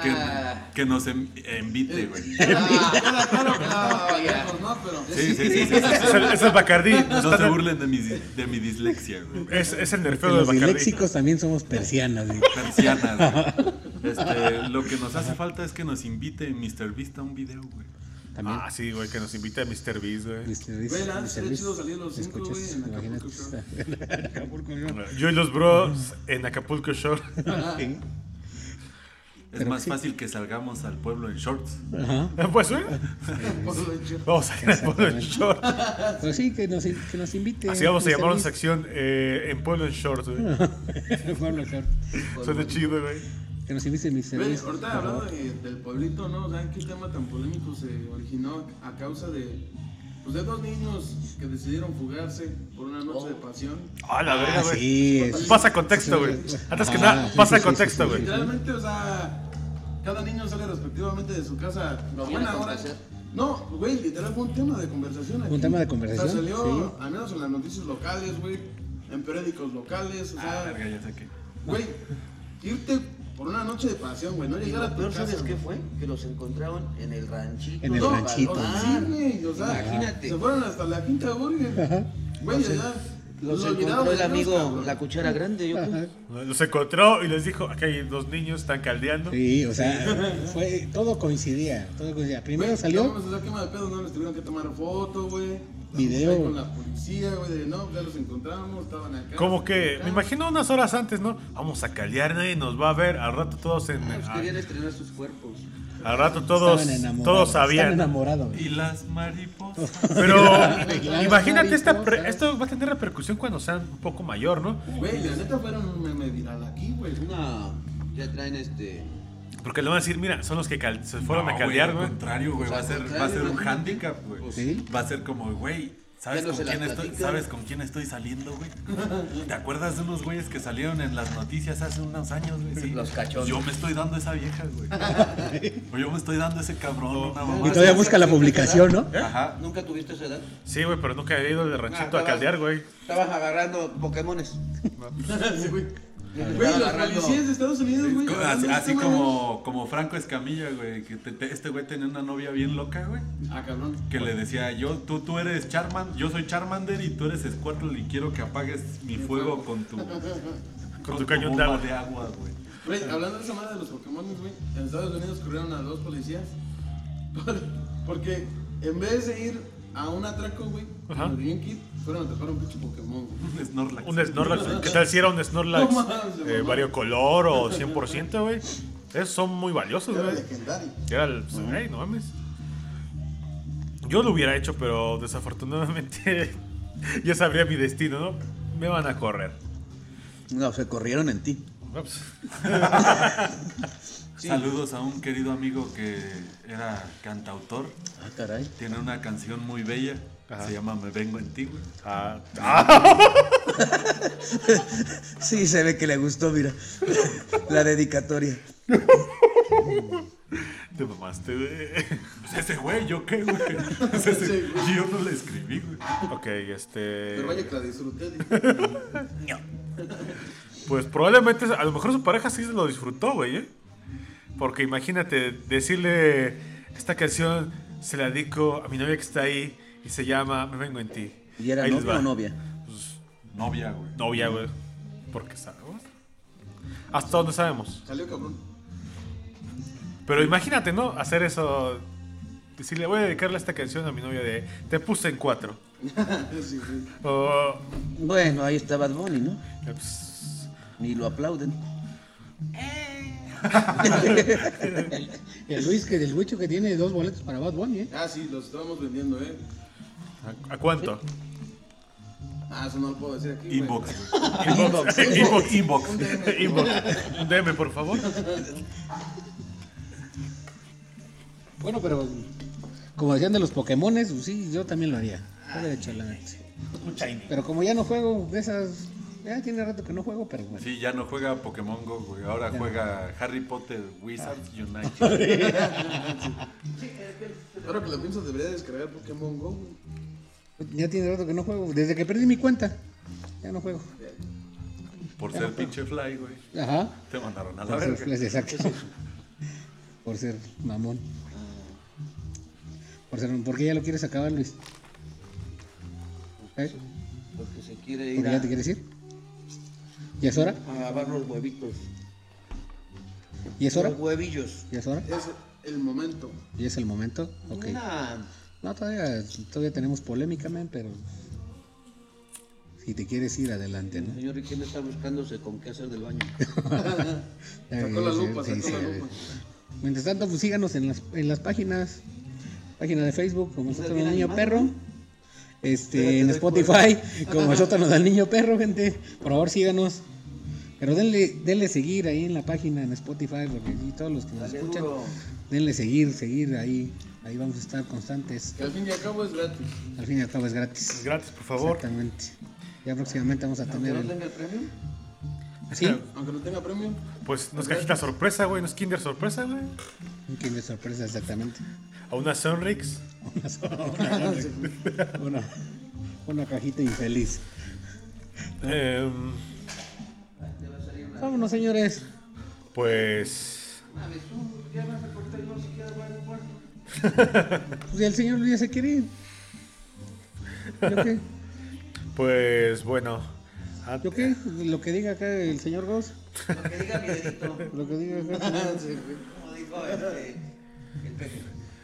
Que,
Ah.
que nos em- invite,
[laughs]
güey. Sí,
Ah,
Queda claro que
Ah,
[laughs]
estamos
ya.
pendejos, ¿no? Pero. [laughs]
sí, sí, sí,
[laughs]
sí.
Es el, es el Bacardí.
No se burlen de mi, dis- de mi dislexia, güey.
Es, es el
Porque
nerfeo de
los
Bacardí.
disléxicos también somos persianas. digo.
Persianas, güey. Este, lo que nos hace falta es que nos invite Mr. Beast a un video, güey.
También.
Ah, sí, güey, que nos invita a Mr. Beast, güey.
Mr. Beast,
Güey, la-
Mr.
sería
Beast,
chido salir los
¿me
cinco,
escuchas?
güey, en
Imagínate. En Acapulco, ¿no?
Yo y los bros en Acapulco Shore. [laughs]
Sí.
Es
Pero
más
sí.
fácil que salgamos al pueblo en shorts.
[laughs] Ajá.
Pues, güey,
Pues,
vamos a ir al Pueblo en
Exactamente.
Short.
Pues sí, que nos, que nos invite.
Así vamos a
Mr.
llamar una
Beast. [laughs]
sección eh, en Pueblo en
Mm,
Short, güey.
Pueblo Short.
Suena chido, güey.
Que nos invite Mr.
Güey,
Beast.
ahorita hablando de- del pueblito, ¿no? ¿Saben qué tema tan polémico se originó a causa de, pues, de dos niños que decidieron fugarse por una noche
Oh.
de pasión?
Ah, la verga,
Ah,
güey.
sí, es-
Pasa contexto, güey. Antes que nada,
sí,
pasa
sí, sí,
contexto,
sí,
güey.
Literalmente, o sea, cada niño sale respectivamente de su casa
Lo
a
viene
una
a
hora.
complacer.
No, güey, literal fue un tema de conversación aquí.
Un tema de
O
conversación,
sea, salió,
sí.
al menos en las noticias locales, güey, en periódicos locales, o
Ah,
sea,
verga, ya sé que.
güey, irte por una noche de pasión, güey, no
Y
llegar a
lo
tu
peor,
casa,
¿sabes qué
güey.
fue? Que los encontraron en el ranchito.
En el
del
ranchito.
Palomar.
Sí, güey, o sea,
Ah, Imagínate.
Se fueron hasta la quinta burger. Güey, ya.
Los
lo
encontró
olvidaron
el
de ellos,
amigo
cabrón.
La Cuchara Grande, yo creo.
Ajá.
Los encontró y les dijo, acá hay dos niños, están caldeando.
Sí, o sea, fue, todo coincidía, todo coincidía. Primero
Güey,
salió
vamos a hacer quema de pedo, no les tuvieron que tomar foto, güey. La
Video.
busqué Con la policía, güey, de no, ya los encontramos, estaban acá.
Como que, me
imagino
imagino unas horas antes, ¿no? Vamos a caldear, nadie nos va a ver. Al rato todos en.
Pues querían
Al,
estrenar sus cuerpos.
al rato todos.
estaban enamorados.
Todos
Estaban
sabían.
enamorados. güey.
Y las mariposas.
Pero
[laughs] Claro,
imagínate, esta,
mariposas.
pre- esto va a tener repercusión cuando sean un poco mayor, ¿no?
Güey, la neta fueron un meme viral aquí, güey.
No, ya traen este.
Porque le van a decir, mira, son los que cal- se [laughs] fueron
No,
a
güey,
caldear,
al
güey.
contrario, güey. Va a ser, va a ser un handicap, güey.
Sí.
Va a ser como, güey, ¿Sabes
Ya no
con,
se la
quién estoy,
platican.
¿Sabes con quién estoy saliendo, güey? ¿Te acuerdas de unos güeyes que salieron en las noticias hace unos años, güey? Sí.
Los cachones.
Yo me estoy dando esa vieja, güey.
[laughs]
o yo me estoy dando ese cabrón, una mamá.
Y todavía
así.
busca la publicación, ¿no?
Ajá.
¿Nunca tuviste esa edad?
Sí, güey, pero nunca he ido de ranchito a
Ah,
caldear, güey.
Estabas agarrando Pokémones.
[laughs] Sí, güey. Güey, los policías de Estados Unidos, güey.
Co- Así,
agarrando
así
cámaras.
como, como Franco Escamilla, güey. Que te- te- este güey tenía una novia bien loca, güey.
Ah, cabrón.
Que le decía, yo, tú, tú eres Charman, yo soy Charmander y tú eres Squirtle y quiero que apagues mi fuego con tu, con
tu cañón de
bomba
agua".
de agua, güey.
Güey, hablando de esa madre de los Pokémon, güey, en Estados Unidos corrieron a dos policías. [laughs] por- Porque en vez de ir a un atraco, güey,
Ajá.
en Green Kid, fueron a atrapar a un pinche Pokémon, güey.
Un Snorlax.
Un Snorlax, güey. ¿qué tal si era un Snorlax?
No mames,
eh,
mamá.
variocolor o 100%, güey. Esos son muy valiosos,
Era
güey.
legendario.
Era el. pues, güey, no mames. Yo lo hubiera hecho, pero desafortunadamente [laughs] ya sabría mi destino, ¿no? Me van a correr.
No, se corrieron en ti.
No, pues,
Saludos a un querido amigo que era cantautor.
Ah, caray.
Tiene una canción muy bella. Se llama Me Vengo en ti, güey.
ah,
Sí, se ve que le gustó, [laughs] mira. La dedicatoria.
te mamaste, güey. [laughs]
Pues ese güey, ¿yo qué, güey? Pues ese-
Sí,
yo no le escribí, güey.
Ok, este.
Pero vaya que la disfruté. dije.
Pues probablemente, a lo mejor su pareja sí se lo disfrutó, güey, ¿eh? Porque imagínate decirle esta canción se la dedico a mi novia que está ahí y se llama Me vengo en ti.
¿Y era
Ahí les
novio
va. Pues,
o novia?
Novia, güey.
Novia, güey. Porque sabemos. Hasta donde sabemos.
Salió cabrón. [laughs]
Pero imagínate, ¿no? Hacer eso. Decirle, voy a dedicarle esta canción a mi novia de Te puse en cuatro.
Sí, güey.
O.
Bueno, ahí está Bad Bunny, ¿no?
eh, pues,
Ni lo aplauden.
El Luis, que del Huicho que tiene dos boletos para Bad Bunny, ¿eh?
Ah, sí, los estábamos vendiendo, ¿eh?
¿A, a cuánto?
Ah, eso no lo puedo decir aquí. güey.
Inbox, güey.
Inbox. [laughs] Inbox. Inbox.
Un
[laughs]
DM.
Inbox. Un DM, por favor.
Bueno, pero como decían de los Pokémones, pues sí, yo también lo haría. Yo lo he hecho, la neta. Pero como ya no juego de esas, ya tiene rato que no juego, pero bueno.
Sí, ya no juega Pokémon Go, güey. Ahora juega Harry Potter Wizards United.
Ahora que lo piensas, debería descargar Pokémon Go, güey.
Ya tiene rato que no juego, desde que perdí mi cuenta. Ya no juego.
Por ser pinche fly, güey.
Ajá.
Te mandaron a la
Por ser,
verga.
pues, exacto. [laughs] Por ser mamón. Por ser, ¿por qué ya lo quieres acabar, Luis? ¿Eh?
Porque se quiere ir
¿Porque
a,
ya te quieres ir? ¿Ya es hora?
a lavar los huevitos.
¿Ya es hora?
Los huevillos.
¿Ya es hora?
Es el momento.
¿Ya es el momento? Ok.
Nah,
No, todavía, todavía tenemos polémica, men, pero si te quieres ir adelante,
el
¿no?
señor Riquelme está buscándose con qué hacer del baño.
[laughs]
Sacó la
Eh,
lupa,
sí,
sacó
sí,
la
eh.
lupa.
Mientras tanto, pues síganos en las, en las páginas. Página de Facebook, como el
Estás
sótano
bien
del niño
animado,
perro.
¿no?
Este, en Spotify, [laughs] como el sótano del niño perro, gente. Por favor, síganos. Pero denle, denle seguir ahí en la página, en Spotify, porque y todos los que nos
Dale
escuchan,
duro.
denle seguir, seguir ahí. Ahí vamos a estar constantes.
Que al fin y al cabo es gratis.
Al fin y al cabo es gratis.
Gratis, por favor. Ah,
Exactamente. Ya próximamente vamos a
Aunque
tener.
no
el-
tenga el premio.
Sí,
Aunque no tenga premio.
Pues nos cajita sorpresa, güey. Nos Kinder sorpresa, güey.
un Kinder sorpresa, exactamente. [laughs]
A una Sunrix.
Una,
[laughs]
sola, una, una cajita infeliz.
Em,
Vámonos, señores.
pues.
Pues el señor Luis ya se quiere ir. ¿Yo qué?
Pues bueno. Ah,
¿Yo qué? Lo que diga acá el señor Goss.
Lo que diga mi dedito.
Lo que diga acá
[laughs]
el señor.
Como dijo este, el peje.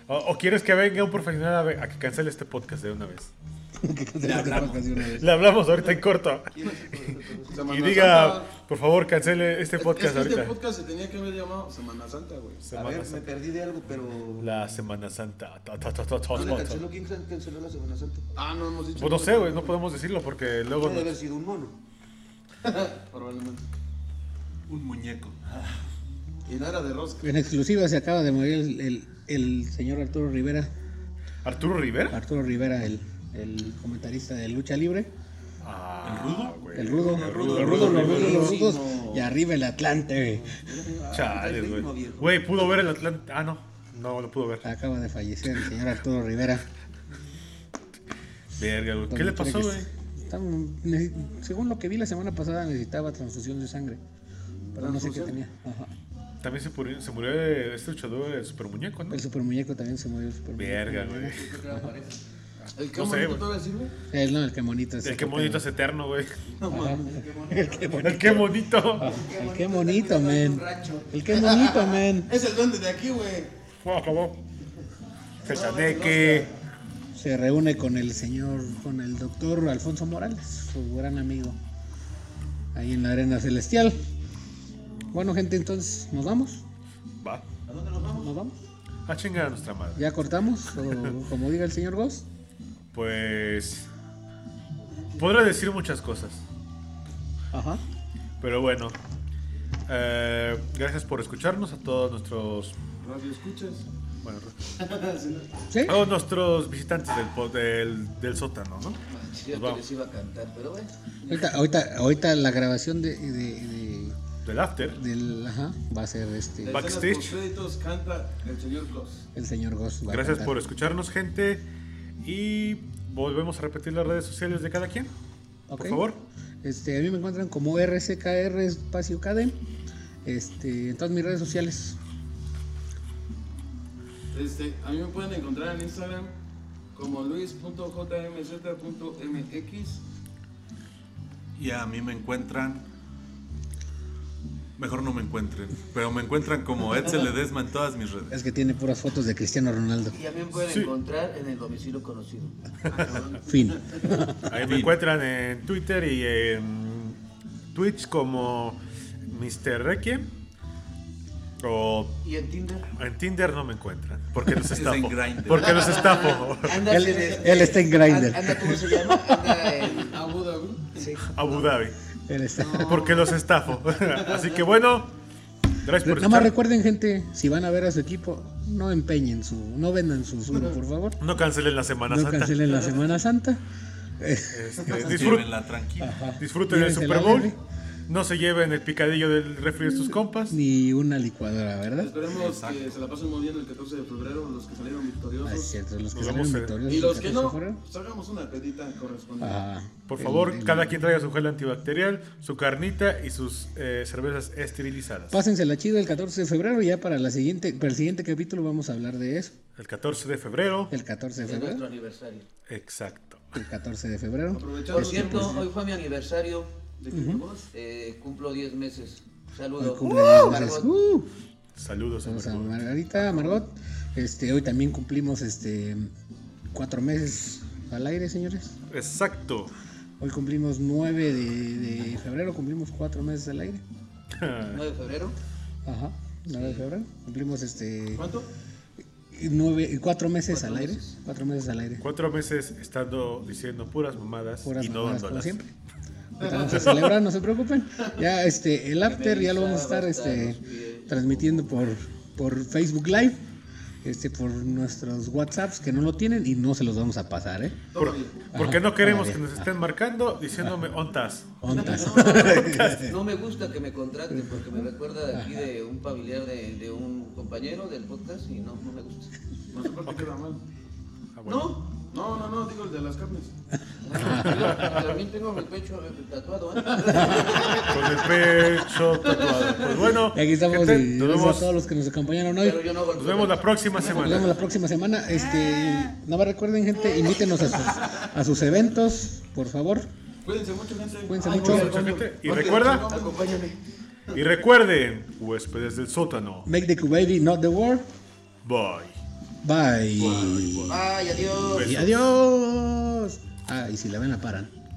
O, o quieres que venga un profesional a, ve- a que cancele este podcast de una vez?
[laughs] que cancela este podcast de una vez.
Le hablamos ahorita en corto. Y
[laughs]
Semana
diga,
Santa.
por favor, cancele este podcast
es que
ahorita.
Este podcast se tenía que haber llamado Semana Santa, güey.
A
Semana
ver, me
Santa.
perdí de algo, pero.
La Semana Santa. Ta, ta, ta, ta, ta,
¿Dónde
ta, ta.
canceló? ¿Quién canceló la Semana Santa?
Ah, no hemos dicho.
Pues no sé, güey, no podemos decirlo porque luego.
Debe haber
nos-
sido un mono.
Probablemente.
Un muñeco.
Y no era de rosca.
En exclusiva se acaba de morir el, el- el señor Arturo Rivera.
¿Arturo Rivera?
Arturo Rivera, el, el comentarista de lucha libre,
Ah, ¿El rudo?
el rudo, el rudo, los rudos, los rudos, los rudos, y arriba el Atlante,
Chales, güey. Güey, pudo ver el Atlante. Ah, no. No, lo pudo ver.
acaba de fallecer el señor Arturo Rivera.
Verga, güey. ¿Qué le pasó, güey?
Está- mm, neces- Según lo que vi la semana pasada necesitaba transfusión de sangre, pero no sé qué tenía. Ajá.
También se murió, se murió este luchador, el super muñeco, ¿no?
El supermuñeco también se murió. El supermuñeco.
Verga, güey.
¿El que
No sé,
bonito
güey.
todavía sirve?
El, no, el que monito.
El que bonito es eterno, güey.
El que bonito. Ah.
El que bonito.
El que bonito, men. El que bonito, men.
Es el duende de aquí, güey.
Wow, acabó. Cachaneque.
Se reúne con el señor, con el doctor Alfonso Morales, su gran amigo, ahí en la arena celestial. Bueno, gente, entonces, ¿nos vamos?
Va.
¿Nos vamos?
A chingar a nuestra madre.
¿Ya cortamos? ¿O como diga el señor Goss?
Pues. Podré decir muchas cosas.
Ajá.
Pero bueno. Eh, gracias por escucharnos a todos nuestros.
Radio escuchas.
Bueno,
¿Sí?
a todos nuestros visitantes del, pod- del, del sótano, ¿no?
Yo
Nos
que
Pues vamos.
les iba a cantar, pero bueno.
Ahorita, ahorita, ahorita la grabación de, de- de-
Del after.
del... Ajá, va a ser este...
Va- Backstage.
Los créditos canta el señor Cos.
El señor Goss. va a
Gracias
cantar.
por escucharnos, gente. Y volvemos a repetir las redes sociales de cada quien.
Ok.
Por favor.
Este, a mí me encuentran como RCKR espacio Cadem. Este, en todas mis redes sociales.
Este, a mí me pueden encontrar en Instagram como luis.jmz.mx.
Y a mí me encuentran. Mejor no me encuentren. Pero me encuentran como Edsel Ledesma en todas mis redes.
Es que tiene puras fotos de Cristiano Ronaldo.
Y también pueden
Sí.
encontrar en el domicilio conocido.
Fin.
Ahí
[laughs]
me encuentran en Twitter y en Twitch como Mr. Requiem. O
Y en Tinder.
en Tinder no me encuentran. Porque los
[laughs] Es
estafo.
en Grindr.
Porque los
[laughs]
estafo.
Anda,
Él, él está en Grindr.
Anda, ¿cómo se llama? Anda en...
Abu Dhabi.
Abu Dhabi.
Él está- [laughs]
Porque los estafo. [laughs] Así que bueno. Gracias por
Nada
escuchar.
más recuerden, gente, si van a ver a su equipo, no empeñen su, no vendan su sur, por favor.
No cancelen la Semana
No
Santa.
cancelen la Semana Santa.
Este, disfruten,
Llévenla tranquila.
disfruten el
Llévense
Super
la
Bowl.
leve.
No se lleven el picadillo del refri de sus compas.
Ni una licuadora, ¿verdad?
Esperemos que se la pasen muy bien el 14 de febrero, los que salieron
Ah, es
victoriosos.
cierto, los que
Nos eh.
salieron
vemos el-
victoriosos.
y los
el 14
que
de
no,
febrero.
pues hagamos una pedita correspondiente.
Ah,
Por
el-
favor,
el-
cada quien traiga su gel antibacterial, su carnita y sus eh, cervezas esterilizadas.
Pásensela chido el 14 de febrero. Ya para, la siguiente, para el siguiente capítulo vamos a hablar de eso.
El 14 de febrero.
El 14 de
Es nuestro
febrero.
aniversario.
Exacto.
El 14 de febrero.
Aprovechando
Por
que,
cierto,
pues,
hoy fue mi aniversario.
de que llegamos,
Eh, cumplo 10 meses.
Hoy
Saludos.
cumple
¡Uh!
diez meses.
Margot.
¡Uh!
Saludos a
Saludos a
Margot.
Margarita, a Margot. Este, hoy también cumplimos este cuatro meses al aire, señores.
Exacto.
Hoy cumplimos 9 de, de febrero, cumplimos cuatro meses al aire.
9 de febrero.
Ajá, 9 de febrero. Cumplimos este
¿Cuánto?
nueve, cuatro meses
Cuatro
al aire.
meses.
Cuatro meses al aire.
Cuatro meses estando diciendo puras mamadas
Puras
y no
mamadas, como
dándolas.
siempre.
[laughs]
Ahorita Vamos a celebrar, no se preocupen. Ya este, el after ya lo vamos a estar este, transmitiendo por, por Facebook Live, este, por nuestros WhatsApps que no lo tienen y no se los vamos a pasar, ¿eh?
Por- porque no
Ajá,
queremos
todavía.
que nos estén marcando diciéndome ontas.
Ontas.
No me gusta que me contraten porque me recuerda de aquí de un familiar de, de un compañero del podcast y no, no
[laughs]
me gusta.
Más aparte queda mal.
Ah, bueno.
No, no, no, no, digo el de las carnes.
Yo También tengo mi pecho eh, tatuado. ¿eh?
Con el pecho tatuado. Pues bueno,
Y aquí estamos
gente,
y
nos
gracias
vemos,
a todos los que nos acompañaron hoy.
Pero yo no golpeo.
nos vemos la próxima
Nos vemos
semana.
la próxima semana. Este, nada más recuerden, gente, invítenos a sus, a sus eventos, por favor.
Cuídense mucho, gente.
Cuídense
Ay,
mucho.
güey,
Mucha gente. Y
Ponte,
recuerda,
ponte,
Acompáñame.
y recuerden, huéspedes del sótano.
Make the Kuwaiti not the world.
Bye.
Bye.
Ay, adiós.
Y adiós. Ah, y si la ven, la paran.